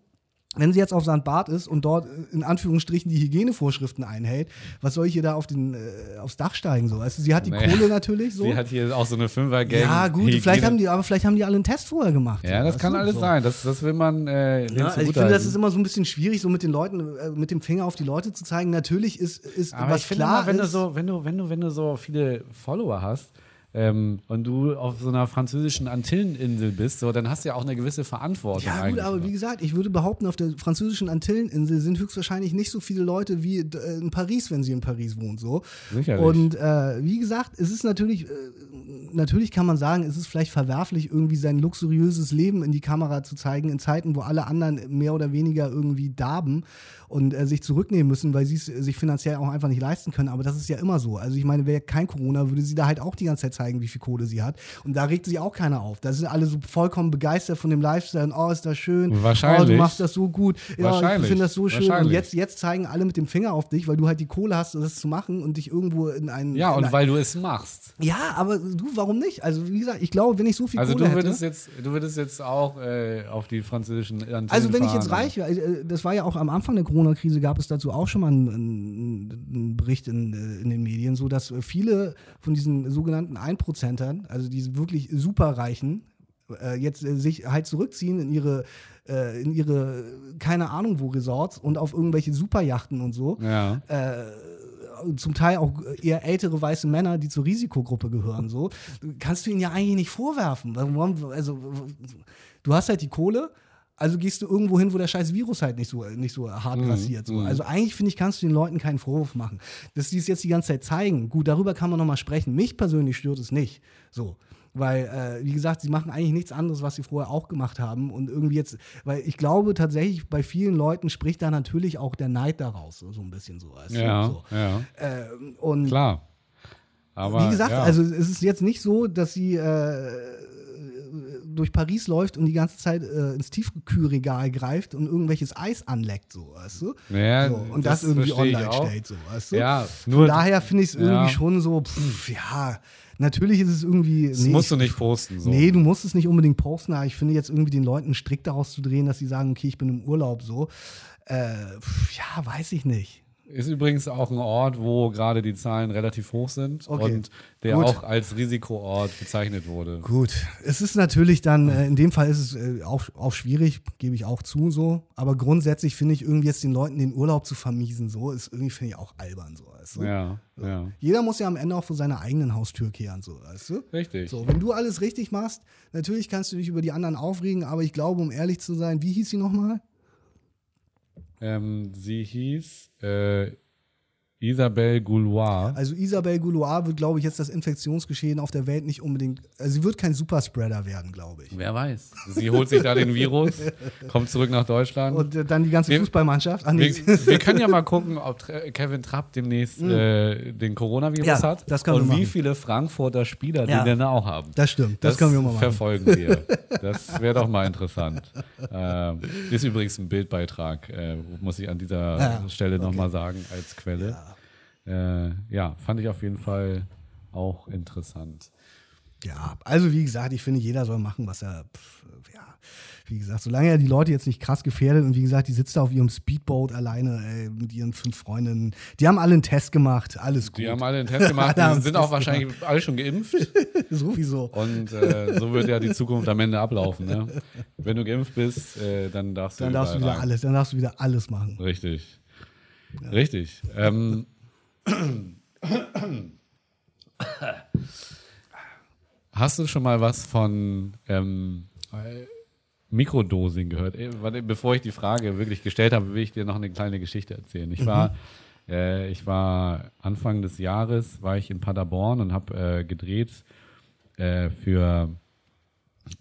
Wenn sie jetzt auf Sandbad ist und dort äh, in Anführungsstrichen die Hygienevorschriften einhält, was soll ich ihr da auf den, äh, aufs Dach steigen? So? Also, sie hat die
Naja,
Kohle natürlich so.
Sie hat hier auch so eine Fünfer-Gang.
ja, gut, vielleicht
Hygiene-
haben die, aber vielleicht haben die alle einen Test vorher gemacht.
Ja,
so,
das
weißt
kann
du?
alles
so.
sein. Das, das will man. Äh,
Ja, also ich finde, das ist immer so ein bisschen schwierig, so mit den Leuten, äh, mit dem Finger auf die Leute zu zeigen. Natürlich ist, ist
Aber
was
ich finde
klar
immer, wenn
ist.
du so, wenn du, wenn du, wenn du so viele Follower hast ähm, und du auf so einer französischen Antilleninsel bist, so, dann hast du ja auch eine gewisse Verantwortung.
ja, gut,
eigentlich,
aber
ne?
wie gesagt, ich würde behaupten, auf der französischen Antilleninsel sind höchstwahrscheinlich nicht so viele Leute wie äh, in Paris, wenn sie in Paris wohnt. So.
Sicherlich.
Und äh, wie gesagt, es ist natürlich, äh, natürlich kann man sagen, es ist vielleicht verwerflich, irgendwie sein luxuriöses Leben in die Kamera zu zeigen, in Zeiten, wo alle anderen mehr oder weniger irgendwie darben und äh, sich zurücknehmen müssen, weil sie es sich finanziell auch einfach nicht leisten können. Aber das ist ja immer so. Also ich meine, wäre kein Corona, würde sie da halt auch die ganze Zeit zeigen, wie viel Kohle sie hat. Und da regt sich auch keiner auf. Da sind alle so vollkommen begeistert von dem Lifestyle. Und, oh, ist das schön.
Wahrscheinlich.
Oh, du machst das so gut. Ja, ich
Wahrscheinlich.
finde das so schön. Und
Wahrscheinlich.
jetzt, jetzt zeigen alle mit dem Finger auf dich, weil du halt die Kohle hast, das zu machen und dich irgendwo in einen.
Ja,
in
und
ein-
weil du es machst.
ja, aber du, warum nicht? Also, wie gesagt, ich glaube, wenn ich so viel
Also
Kohle
du
hätte.
würdest, jetzt, du würdest jetzt auch äh, auf die französischen Antennen
Also wenn ich jetzt
fahren.
reich wäre, äh, das war ja auch am Anfang der Corona-Krise, gab es dazu auch schon mal einen, einen einen Bericht in, äh, in den Medien, so dass äh, viele von diesen sogenannten Einprozentern, also diese wirklich superreichen, äh, jetzt äh, sich halt zurückziehen in ihre, äh, in ihre, keine Ahnung wo Resorts und auf irgendwelche Superjachten und so.
Ja.
Zum Teil auch eher ältere weiße Männer, die zur Risikogruppe gehören. So kannst du ihnen ja eigentlich nicht vorwerfen. Warum- Also du hast halt die Kohle, also gehst du irgendwo hin, wo der scheiß Virus halt nicht so, nicht so
Mhm,
hart grassiert. So. Also eigentlich finde ich, kannst du den Leuten keinen Vorwurf machen. Dass die es jetzt die ganze Zeit zeigen, gut, darüber kann man nochmal sprechen. Mich persönlich stört es nicht. So. Weil, äh, wie gesagt, sie machen eigentlich nichts anderes, was sie vorher auch gemacht haben. Und irgendwie jetzt, weil ich glaube tatsächlich, bei vielen Leuten spricht da natürlich auch der Neid daraus, so, so ein bisschen so. weißt du,
Ja,
Äh, so.
ja,
Ähm, und
klar. Aber,
wie gesagt,
ja.
also es ist jetzt nicht so, dass sie äh, durch Paris läuft und die ganze Zeit äh, ins Tiefkühlregal greift und irgendwelches Eis anleckt, so, weißt du?
Ja,
so, und das,
das
irgendwie
verstehe ich
online
auch.
stellt, so, weißt du?
Ja,
Von
nur
daher finde ich es irgendwie
ja.
schon so, pff, ja, natürlich ist es irgendwie.
das
nee,
musst
ich-
du nicht posten. So.
Nee, du musst es nicht unbedingt posten, aber ich finde jetzt irgendwie den Leuten einen Strick daraus zu drehen, dass sie sagen, okay, ich bin im Urlaub so. Äh, pff, ja, weiß ich nicht.
Ist übrigens auch ein Ort, wo gerade die Zahlen relativ hoch sind
Okay,
und der
gut.
auch als Risikoort bezeichnet wurde.
Gut, es ist natürlich dann, äh, in dem Fall ist es äh, auch, auch schwierig, gebe ich auch zu so. Aber grundsätzlich finde ich irgendwie jetzt den Leuten den Urlaub zu vermiesen, so ist irgendwie, finde ich, auch albern so. Weißt du?
Ja, ja.
Jeder muss ja am Ende auch vor seiner eigenen Haustür kehren, so, weißt du?
Richtig.
So, wenn du alles richtig machst, natürlich kannst du dich über die anderen aufregen, aber ich glaube, um ehrlich zu sein, wie hieß sie nochmal?
Ähm, sie hieß äh, Isabelle Gouloir.
Also Isabelle Goulart wird, glaube ich, jetzt das Infektionsgeschehen auf der Welt nicht unbedingt, also sie wird kein Superspreader werden, glaube ich.
Wer weiß. Sie holt sich da den Virus, kommt zurück nach Deutschland.
Und äh, dann die ganze
Wir-
Fußballmannschaft. Ach, nee.
wir, wir können ja mal gucken, ob Tra Kevin Trapp demnächst äh, den Coronavirus
Mhm. Ja,
hat.
das können
und
wir
wie
machen.
viele Frankfurter Spieler
Ja.
den denn auch haben.
Das stimmt, das, können wir mal machen.
verfolgen wir. Das wäre doch mal interessant. Ähm, ist übrigens ein Bildbeitrag, äh, muss ich an dieser
Ja,
Stelle noch nochmal sagen, als Quelle. Ja. Äh, ja, fand ich auf jeden Fall auch interessant.
Ja, also wie gesagt, ich finde, jeder soll machen, was er, pff, ja, wie gesagt, solange er die Leute jetzt nicht krass gefährdet und wie gesagt, die sitzt da auf ihrem Speedboat alleine ey, mit ihren fünf Freundinnen. Die haben alle einen Test gemacht, alles gut.
Die haben alle einen Test gemacht,
Alle haben
die
einen
sind
Test
auch wahrscheinlich alle schon geimpft.
Sowieso.
Und äh, so wird ja die Zukunft am Ende ablaufen. Ne? Wenn du geimpft bist, äh, dann darfst du
Dann darfst du wieder
überall rein.
alles, dann darfst du wieder alles machen.
Richtig. Richtig. Ähm, hast du schon mal was von ähm, äh, Mikrodosing gehört? Äh, warte, Bevor ich die Frage wirklich gestellt habe, will ich dir noch eine kleine Geschichte erzählen.
Mhm.
Ich war, äh, ich war Anfang des Jahres war ich in Paderborn und habe äh, gedreht äh, für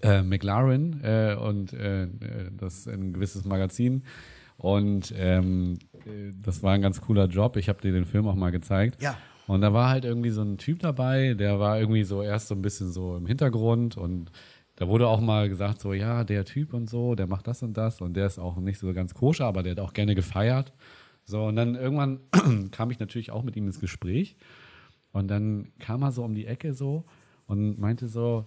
äh, McLaren äh, und äh, äh, das ist ein gewisses Magazin. Und ähm, äh, das war ein ganz cooler Job. Ich habe dir den Film auch mal gezeigt.
Ja.
Und da war halt irgendwie so ein Typ dabei, der war irgendwie so erst so ein bisschen so im Hintergrund und da wurde auch mal gesagt, so ja, der Typ und so, der macht das und das und der ist auch nicht so ganz koscher, aber der hat auch gerne gefeiert. So, und dann irgendwann kam ich natürlich auch mit ihm ins Gespräch und dann kam er so um die Ecke so und meinte so,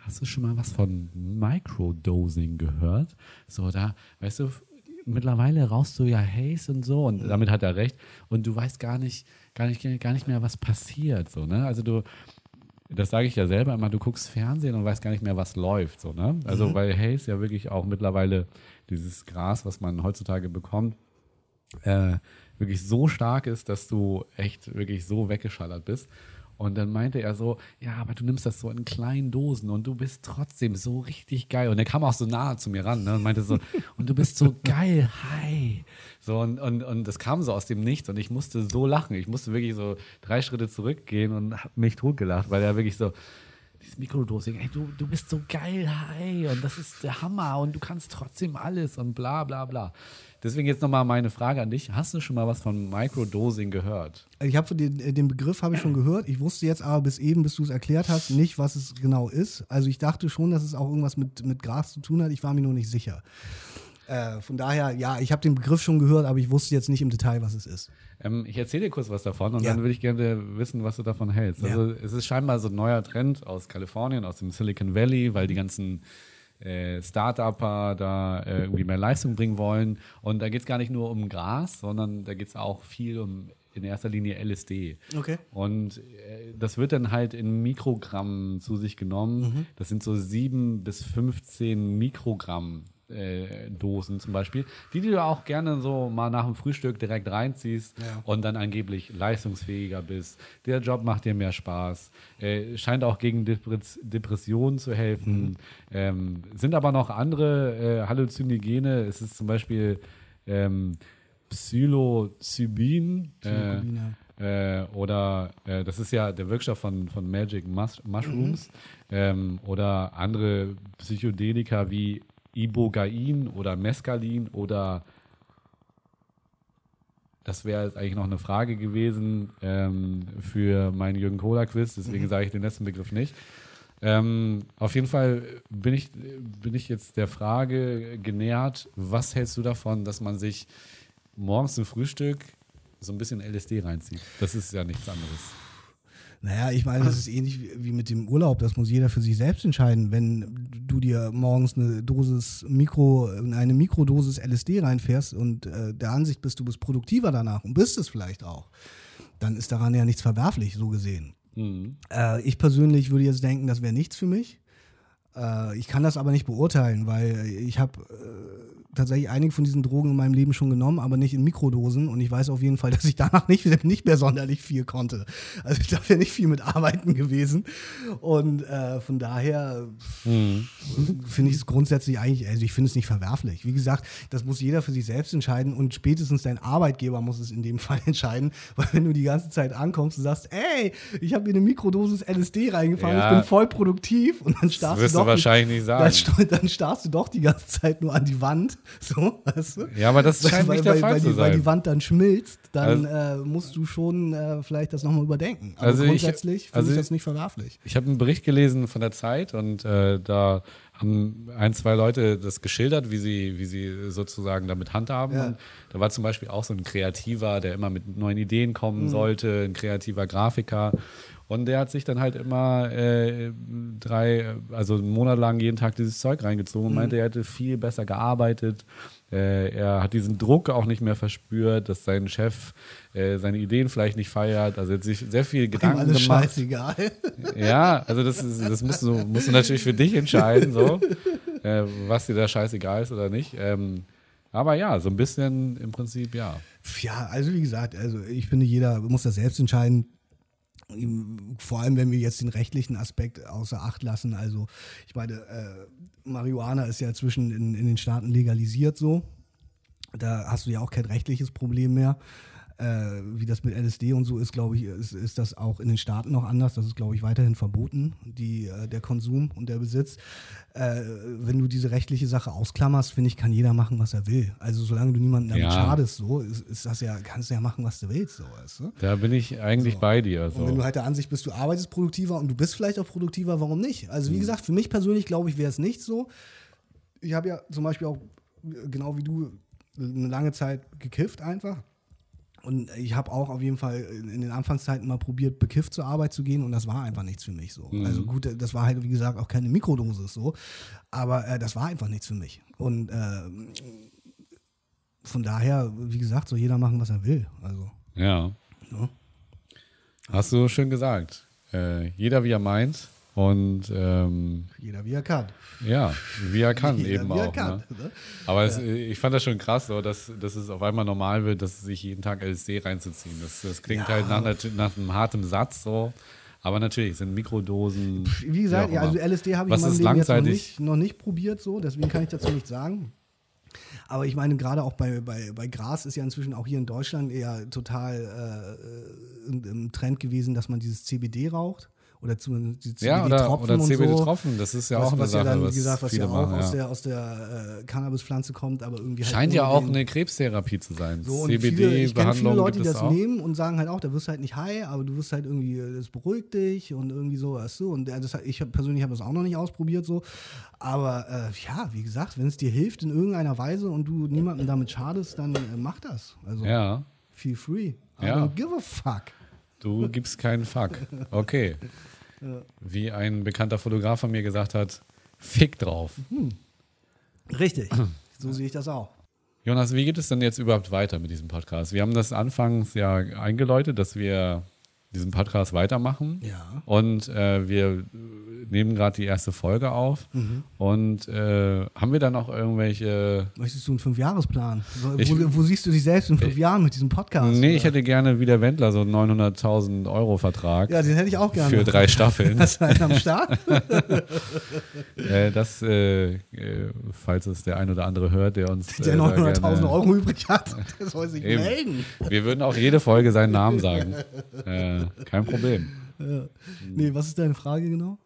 hast du schon mal was von Microdosing gehört? So, da, weißt du, f- mittlerweile rauchst du ja Haze und so und damit hat er recht und du weißt gar nicht, gar nicht, gar nicht mehr, was passiert, so, ne? Also du, das sage ich ja selber immer, du guckst Fernsehen und weißt gar nicht mehr, was läuft, so, ne? Also, weil Haze ja wirklich auch mittlerweile dieses Gras, was man heutzutage bekommt, äh, wirklich so stark ist, dass du echt wirklich so weggeschallert bist. Und dann meinte er so, ja, aber du nimmst das so in kleinen Dosen und du bist trotzdem so richtig geil. Und er kam auch so nahe zu mir ran ne, und meinte so, und du bist so geil, hi. So, und, und, und das kam so aus dem Nichts und ich musste so lachen. Ich musste wirklich so drei Schritte zurückgehen und hab mich totgelacht, weil er wirklich so, dieses Mikrodosing, ey, du, du bist so geil, hey, und das ist der Hammer und du kannst trotzdem alles und bla bla bla. Deswegen jetzt nochmal meine Frage an dich. Hast du schon mal was von Microdosing gehört?
Ich habe den, äh, den Begriff habe ich schon gehört. Ich wusste jetzt aber bis eben, bis du es erklärt hast, nicht, was es genau ist. Also ich dachte schon, dass es auch irgendwas mit, mit Gras zu tun hat. Ich war mir nur nicht sicher. Äh, von daher, ja, ich habe den Begriff schon gehört, aber ich wusste jetzt nicht im Detail, was es ist.
Ähm, ich erzähle dir kurz was davon und
Ja.
dann würde ich gerne wissen, was du davon hältst. Also es ist scheinbar so ein neuer Trend aus Kalifornien, aus dem Silicon Valley, weil die ganzen äh, Start-Upper da äh, irgendwie mehr Leistung bringen wollen. Und da geht es gar nicht nur um Gras, sondern da geht es auch viel um in erster Linie LSD.
Okay.
Und äh, das wird dann halt in Mikrogramm zu sich genommen.
Mhm.
Das sind so 7 bis 15 Mikrogramm äh, Dosen zum Beispiel, die du auch gerne so mal nach dem Frühstück direkt reinziehst und dann angeblich leistungsfähiger bist. Der Job macht dir mehr Spaß, äh, scheint auch gegen Depres Depressionen zu helfen.
Mhm.
Ähm, sind aber noch andere äh, Halluzinogene. Es ist zum Beispiel ähm, Psilocybin. Äh,
Psilocybin, ja.
äh, oder äh, das ist ja der Wirkstoff von, von Magic Mus Mushrooms ähm, oder andere Psychedelika wie Ibogain oder Mescalin oder das wäre jetzt eigentlich noch eine Frage gewesen ähm, für meinen Jürgen Kohler-Quiz, deswegen sage ich den letzten Begriff nicht. Ähm, auf jeden Fall bin ich, bin ich jetzt der Frage genähert, was hältst du davon, dass man sich morgens zum Frühstück so ein bisschen LSD reinzieht? Das ist ja nichts anderes.
Naja, ich meine, das ist ähnlich wie- wie mit dem Urlaub. Das muss jeder für sich selbst entscheiden. Wenn du dir morgens eine Dosis Mikro, eine Mikrodosis LSD reinfährst und äh, der Ansicht bist, du bist produktiver danach und bist es vielleicht auch, dann ist daran ja nichts verwerflich, so gesehen. Äh, ich persönlich würde jetzt denken, das wäre nichts für mich. Äh, ich kann das aber nicht beurteilen, weil ich habe äh, tatsächlich einige von diesen Drogen in meinem Leben schon genommen, aber nicht in Mikrodosen. Und ich weiß auf jeden Fall, dass ich danach nicht, nicht mehr sonderlich viel konnte. Also ich darf ja nicht viel mit arbeiten gewesen. Und äh, von daher finde ich es grundsätzlich eigentlich, also ich finde es nicht verwerflich. Wie gesagt, das muss jeder für sich selbst entscheiden und spätestens dein Arbeitgeber muss es in dem Fall entscheiden, weil wenn du die ganze Zeit ankommst und sagst, ey, ich habe mir eine Mikrodosis LSD reingefahren,
Ja.
ich bin voll produktiv und dann starrst
wirst
du
du
doch
wahrscheinlich nicht sagen.
Dann, st- dann starrst du doch die ganze Zeit nur an die Wand, so, weißt du?
Ja, aber das scheint
weil,
nicht der
weil,
Fall
weil,
zu
die, weil
sein.
die Wand dann schmilzt, dann äh, musst du schon äh, vielleicht das nochmal überdenken. Aber
Also ich-
grundsätzlich finde
also
ich
ich-
das nicht verwerflich.
Ich habe einen Bericht gelesen von der Zeit und äh, da haben ein, zwei Leute das geschildert, wie sie, wie sie sozusagen damit handhaben.
Ja.
Und da war zum Beispiel auch so ein Kreativer, der immer mit neuen Ideen
Mhm.
kommen sollte, ein kreativer Grafiker. Und der hat sich dann halt immer äh, drei, also einen Monat lang jeden Tag dieses Zeug reingezogen und
Mhm.
meinte, er hätte viel besser gearbeitet. Äh, er hat diesen Druck auch nicht mehr verspürt, dass sein Chef äh, seine Ideen vielleicht nicht feiert. Also er hat sich sehr viel
Ihm
Gedanken
alles
gemacht.
scheißegal.
Ja, also das, ist, das musst, du, musst du natürlich für dich entscheiden, so, äh, was dir da scheißegal ist oder nicht. Ähm, aber ja, so ein bisschen im Prinzip ja.
Pf, Ja, also wie gesagt, also ich finde, jeder muss das selbst entscheiden. Vor allem, wenn wir jetzt den rechtlichen Aspekt außer Acht lassen. Also, ich meine, äh, Marihuana ist ja inzwischen in, in den Staaten legalisiert so. Da hast du ja auch kein rechtliches Problem mehr. Äh, wie das mit LSD und so ist, glaube ich, ist, ist das auch in den Staaten noch anders. Das ist, glaube ich, weiterhin verboten, die, äh, der Konsum und der Besitz. Äh, wenn du diese rechtliche Sache ausklammerst, finde ich, kann jeder machen, was er will. Also solange du niemanden damit
Ja.
schadest, so, ist, ist das ja, kannst du ja machen, was du willst, so weißt du?
Da bin ich eigentlich bei dir.
Und wenn du
So.
halt der Ansicht bist, du arbeitest produktiver und du bist vielleicht auch produktiver, warum nicht? Also wie gesagt, für mich persönlich glaube ich, wäre es nicht so. Ich habe ja zum Beispiel auch, äh, genau wie du, eine lange Zeit gekifft einfach. Und ich habe auch auf jeden Fall in in den Anfangszeiten mal probiert, bekifft zur Arbeit zu gehen und das war einfach nichts für mich so. Also gut, äh, das war halt, wie gesagt, auch keine Mikrodosis so, aber äh, das war einfach nichts für mich. Und ähm, von daher, wie gesagt, soll jeder machen, was er will. Also,
Ja.
ja.
Hast du schön gesagt. Äh, jeder wie er meint. Und ähm,
jeder wie er kann.
ja, wie er kann
Jeder,
eben
wie er
auch.
kann,
ne?
ne?
Aber es, ich fand das schon krass, so, dass, dass es auf einmal normal wird, dass sich jeden Tag LSD reinzuziehen. Das, das klingt halt nach, einer- nach einem harten Satz so. Aber natürlich, es sind Mikrodosen.
Wie gesagt,
auch
ja, also
immer.
LSD habe ich
Was
in meinem
ist
Leben jetzt noch
langzeitig?
nicht, noch nicht probiert, so, deswegen kann ich dazu nichts sagen. Aber ich meine, gerade auch bei, bei, bei Gras ist ja inzwischen auch hier in Deutschland eher total äh, im, im Trend gewesen, dass man dieses CBD raucht. Oder zumindest die
Ja, oder,
CBD-Tropfen
oder
und so.
CBD-Tropfen, das ist ja
was,
auch eine
was
Sache,
ja dann,
was
wie gesagt, was
viele
ja auch
machen.
aus
ja.
der, aus der äh, Cannabispflanze kommt, aber irgendwie halt
Scheint ja
ohne
auch
den-
eine Krebstherapie zu sein.
so, und viele, ich kenne viele
CBD-Behandlung
Leute,
gibt
die
es
das
auch.
nehmen und sagen halt auch, da wirst du halt nicht high, aber du wirst halt irgendwie, das beruhigt dich und irgendwie so, weißt du. Und äh, das, ich hab- persönlich habe das auch noch nicht ausprobiert so. Aber äh, ja, wie gesagt, wenn es dir hilft in irgendeiner Weise und du niemandem damit schadest, dann äh, mach das. Also
Ja,
feel free. I
Ja.
don't give a fuck.
du gibst keinen Fuck. Okay. Wie ein bekannter Fotograf von mir gesagt hat, fick drauf.
Richtig. so sehe ich das auch.
Jonas, wie geht es denn jetzt überhaupt weiter mit diesem Podcast? Wir haben das anfangs ja eingeläutet, dass wir diesen Podcast weitermachen.
Ja.
Und äh, wir nehmen gerade die erste Folge auf.
Mhm.
Und äh, haben wir dann auch irgendwelche.
Möchtest du einen Fünfjahresplan? Wo,
Ich-
wo, wo siehst du dich selbst in fünf Jahren mit diesem Podcast?
Nee, ich hätte gerne wie der Wendler so einen 900.000 Euro Vertrag
ja, den hätte ich auch gerne.
für drei Staffeln.
Hast du einen am Start?
äh, das, äh, äh, falls es der ein oder andere hört, der uns.
Der
äh, da
900.000
gerne-
Euro übrig hat, der soll sich
Eben.
melden.
Wir würden auch jede Folge seinen Namen sagen. äh, kein Problem.
Nee, was ist deine Frage genau?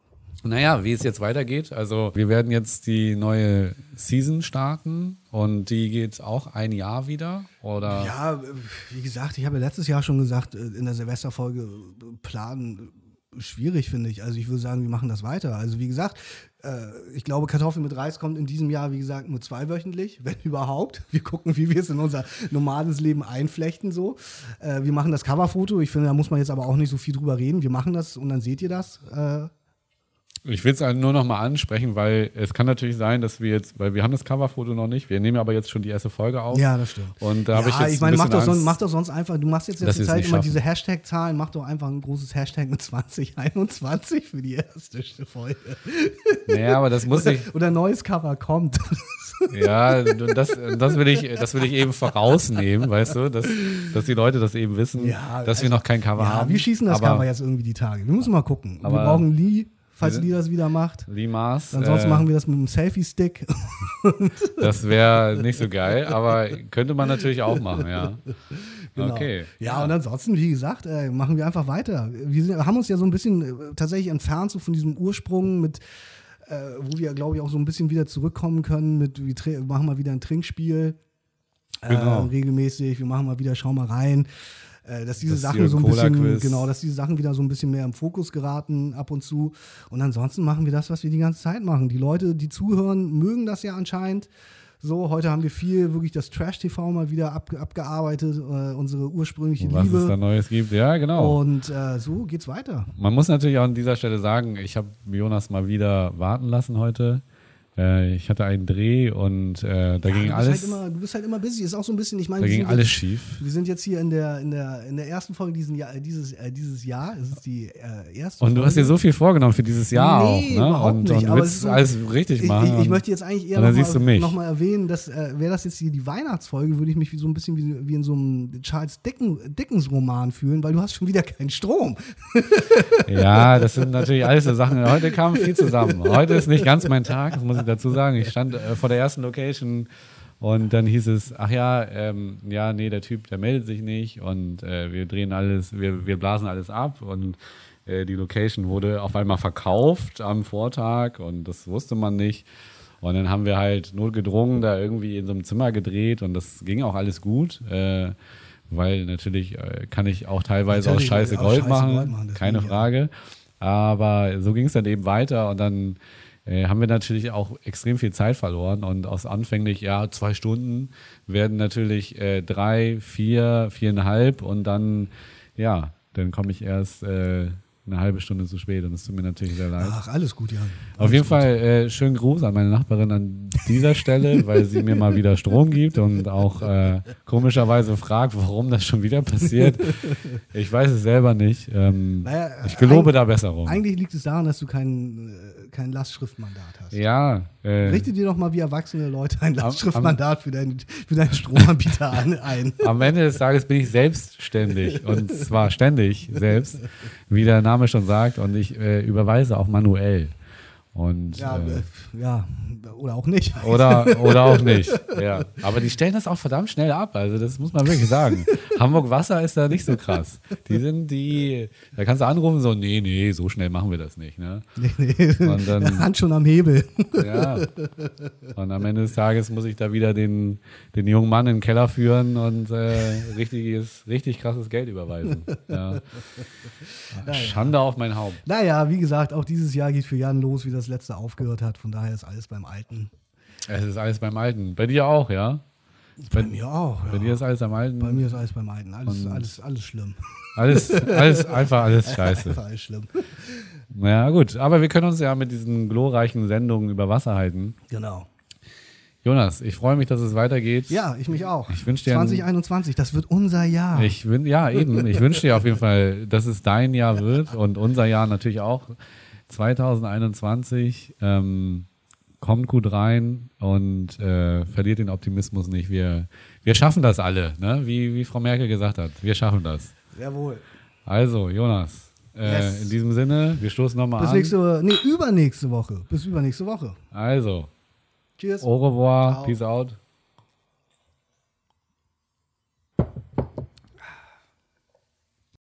Naja, wie es jetzt weitergeht. Also, wir werden jetzt die neue Season starten und die geht auch ein Jahr wieder. Oder
Ja, äh, wie gesagt, ich habe ja letztes Jahr schon gesagt, äh, in der Silvesterfolge äh, planen äh, schwierig, finde ich. Also ich würde sagen, wir machen das weiter. Also wie gesagt, äh, ich glaube, Kartoffeln mit Reis kommt in diesem Jahr, wie gesagt, nur zweiwöchentlich, wenn überhaupt. Wir gucken, wie wir es in unser normales Leben einflechten so. Äh, wir machen das Coverfoto. Ich finde, da muss man jetzt aber auch nicht so viel drüber reden. Wir machen das und dann seht ihr das. Äh,
ich will es nur nochmal ansprechen, weil es kann natürlich sein, dass wir jetzt, weil wir haben das Coverfoto noch nicht, wir nehmen aber jetzt schon die erste Folge auf.
ja, das stimmt.
Und da habe
ja,
ich jetzt.
ich meine,
ein
mach doch,
bisschen
sonst,
Angst.
mach doch sonst einfach, du machst jetzt
Dass
letzte
wir es
Zeit
nicht
immer
schaffen.
diese Hashtag-Zahlen, mach doch einfach ein großes Hashtag mit 2021 für die erste Folge.
Naja, aber das muss ich.
Oder neues Cover kommt.
Ja, das, das, will ich, das will ich eben vorausnehmen, weißt du, dass, dass die Leute das eben wissen,
Ja, also-
dass wir noch kein Cover
ja,
haben.
wir schießen das
aber
Cover jetzt irgendwie die Tage. Wir müssen mal gucken. wir
aber-
brauchen Lee, falls Lee das wieder macht.
Lee Mars,
Ansonsten
äh,
machen wir das mit einem Selfie-Stick.
Das wäre nicht so geil, aber könnte man natürlich auch machen, ja.
Genau.
Okay.
Ja, und ansonsten, wie gesagt, äh, machen wir einfach weiter. Wir sind, haben uns ja so ein bisschen äh, tatsächlich entfernt so von diesem Ursprung mit, äh, wo wir, glaube ich, auch so ein bisschen wieder zurückkommen können mit, wir tre- machen mal wieder ein Trinkspiel. Äh,
Genau.
Regelmäßig, wir machen mal wieder, schau mal rein. Äh, dass diese
Das
Sachen so ein bisschen,
Cola-Quiz.
genau, dass diese Sachen wieder so ein bisschen mehr im Fokus geraten ab und zu. Und ansonsten machen wir das, was wir die ganze Zeit machen. Die Leute, die zuhören, mögen das ja anscheinend. So, heute haben wir viel wirklich das Trash-TV mal wieder abge abgearbeitet, äh, unsere ursprüngliche
Was es da
Liebe.
Neues gibt, ja, genau.
Und äh, so geht's weiter.
Man muss natürlich auch an dieser Stelle sagen, ich habe Jonas mal wieder warten lassen heute. Äh, Ich hatte einen Dreh und äh, da ging
du, bist halt
alles,
immer, du bist halt immer busy. Ist auch so ein bisschen, ich meine,
da
wir
ging
sind
alles
jetzt-
schief.
Wir sind jetzt hier in der, in der, in der ersten Folge diesen Jahr, äh, dieses, äh, dieses Jahr. Es ist die äh, erste
Und du hast dir so viel vorgenommen für dieses Jahr
Nee,
auch, ne?
überhaupt
Und,
nicht,
und du
aber es ist
willst
so-
alles richtig machen.
Ich, ich, ich
und-
möchte jetzt eigentlich eher
und dann siehst du
nochmal
mich.
noch mal erwähnen, dass äh, wäre das jetzt hier die Weihnachtsfolge, würde ich mich wie so ein bisschen wie, wie in so einem Charles Dicken, Dickens Roman fühlen, weil du hast schon wieder keinen Strom.
Ja, das sind natürlich alles so Sachen. Heute kam viel zusammen. Heute ist nicht ganz mein Tag, das muss ich dazu sagen. Ich stand äh, vor der ersten Location und dann hieß es, ach ja, ähm, ja, nee, der Typ, der meldet sich nicht und äh, wir drehen alles, wir, wir blasen alles ab und äh, die Location wurde auf einmal verkauft am Vortag und das wusste man nicht. Und dann haben wir halt notgedrungen da irgendwie in so einem Zimmer gedreht und das ging auch alles gut. Äh, weil natürlich äh, kann ich auch teilweise
Natürlich,
auch scheiße
auch
Gold
scheiße
machen,
Gold machen, deswegen,
keine
ja.
Frage. Frage. Aber so ging es dann eben weiter und dann äh, haben wir natürlich auch extrem viel Zeit verloren und aus anfänglich, ja, zwei Stunden werden natürlich äh, drei, vier, viereinhalb und dann, ja, dann komme ich erst äh, eine halbe Stunde zu spät und es tut mir natürlich sehr leid.
Ach, alles gut, Jan.
Auf jeden Fall äh, schönen Gruß an meine Nachbarin an dieser Stelle, weil sie mir mal wieder Strom gibt und auch äh, komischerweise fragt, warum das schon wieder passiert. Ich weiß es selber nicht. Ähm,
Naja,
ich gelobe
eig-
da Besserung.
Eigentlich liegt es daran, dass du kein, äh, kein Lastschriftmandat hast.
Ja, äh,
Richte dir doch mal wie erwachsene Leute ein Lastschriftmandat für deinen, für deinen Stromanbieter an, ein.
am Ende des Tages bin ich selbstständig und zwar ständig selbst, wie der Name schon sagt, und ich äh, überweise auch manuell. Und,
Ja,
äh,
äh, ja, oder auch nicht.
Oder, oder auch nicht. Ja. Aber die stellen das auch verdammt schnell ab. Also, das muss man wirklich sagen. Hamburg Wasser ist da nicht so krass. Die sind die, da kannst du anrufen, so, nee, nee, so schnell machen wir das nicht. Ne?
Nee, nee.
Und dann-
Hand schon am Hebel.
Ja. Und am Ende des Tages muss ich da wieder den, den jungen Mann in den Keller führen und äh, richtiges, richtig krasses Geld überweisen. Ja. Schande auf mein Haupt.
Naja, wie gesagt, auch dieses Jahr geht für Jan los, wie das letzte aufgehört hat. Von daher ist alles beim Alten.
Es ist alles beim Alten. Bei dir auch, ja?
Bei mir auch. Ja.
Bei dir ist alles am Alten.
Bei mir ist alles beim Alten. Alles, alles, alles schlimm.
Alles, alles, einfach alles scheiße.
Einfach alles schlimm.
Ja, gut, aber wir können uns ja mit diesen glorreichen Sendungen über Wasser halten.
Genau.
Jonas, ich freue mich, dass es weitergeht.
Ja, ich mich auch.
Ich wünsche dir einen-
2021, das wird unser Jahr.
Ich wün ja, eben. Ich wünsche dir auf jeden Fall, dass es dein Jahr wird und unser Jahr natürlich auch. 2021, ähm, kommt gut rein und äh, verliert den Optimismus nicht. Wir, wir schaffen das alle, ne? wie, wie Frau Merkel gesagt hat. Wir schaffen das.
Sehr wohl.
Also, Jonas, äh,
Yes.
in diesem Sinne, wir stoßen nochmal
Bis
an.
nächste, nee, übernächste Woche. Bis übernächste Woche.
Also,
Cheers.
au revoir,
Ciao.
peace out.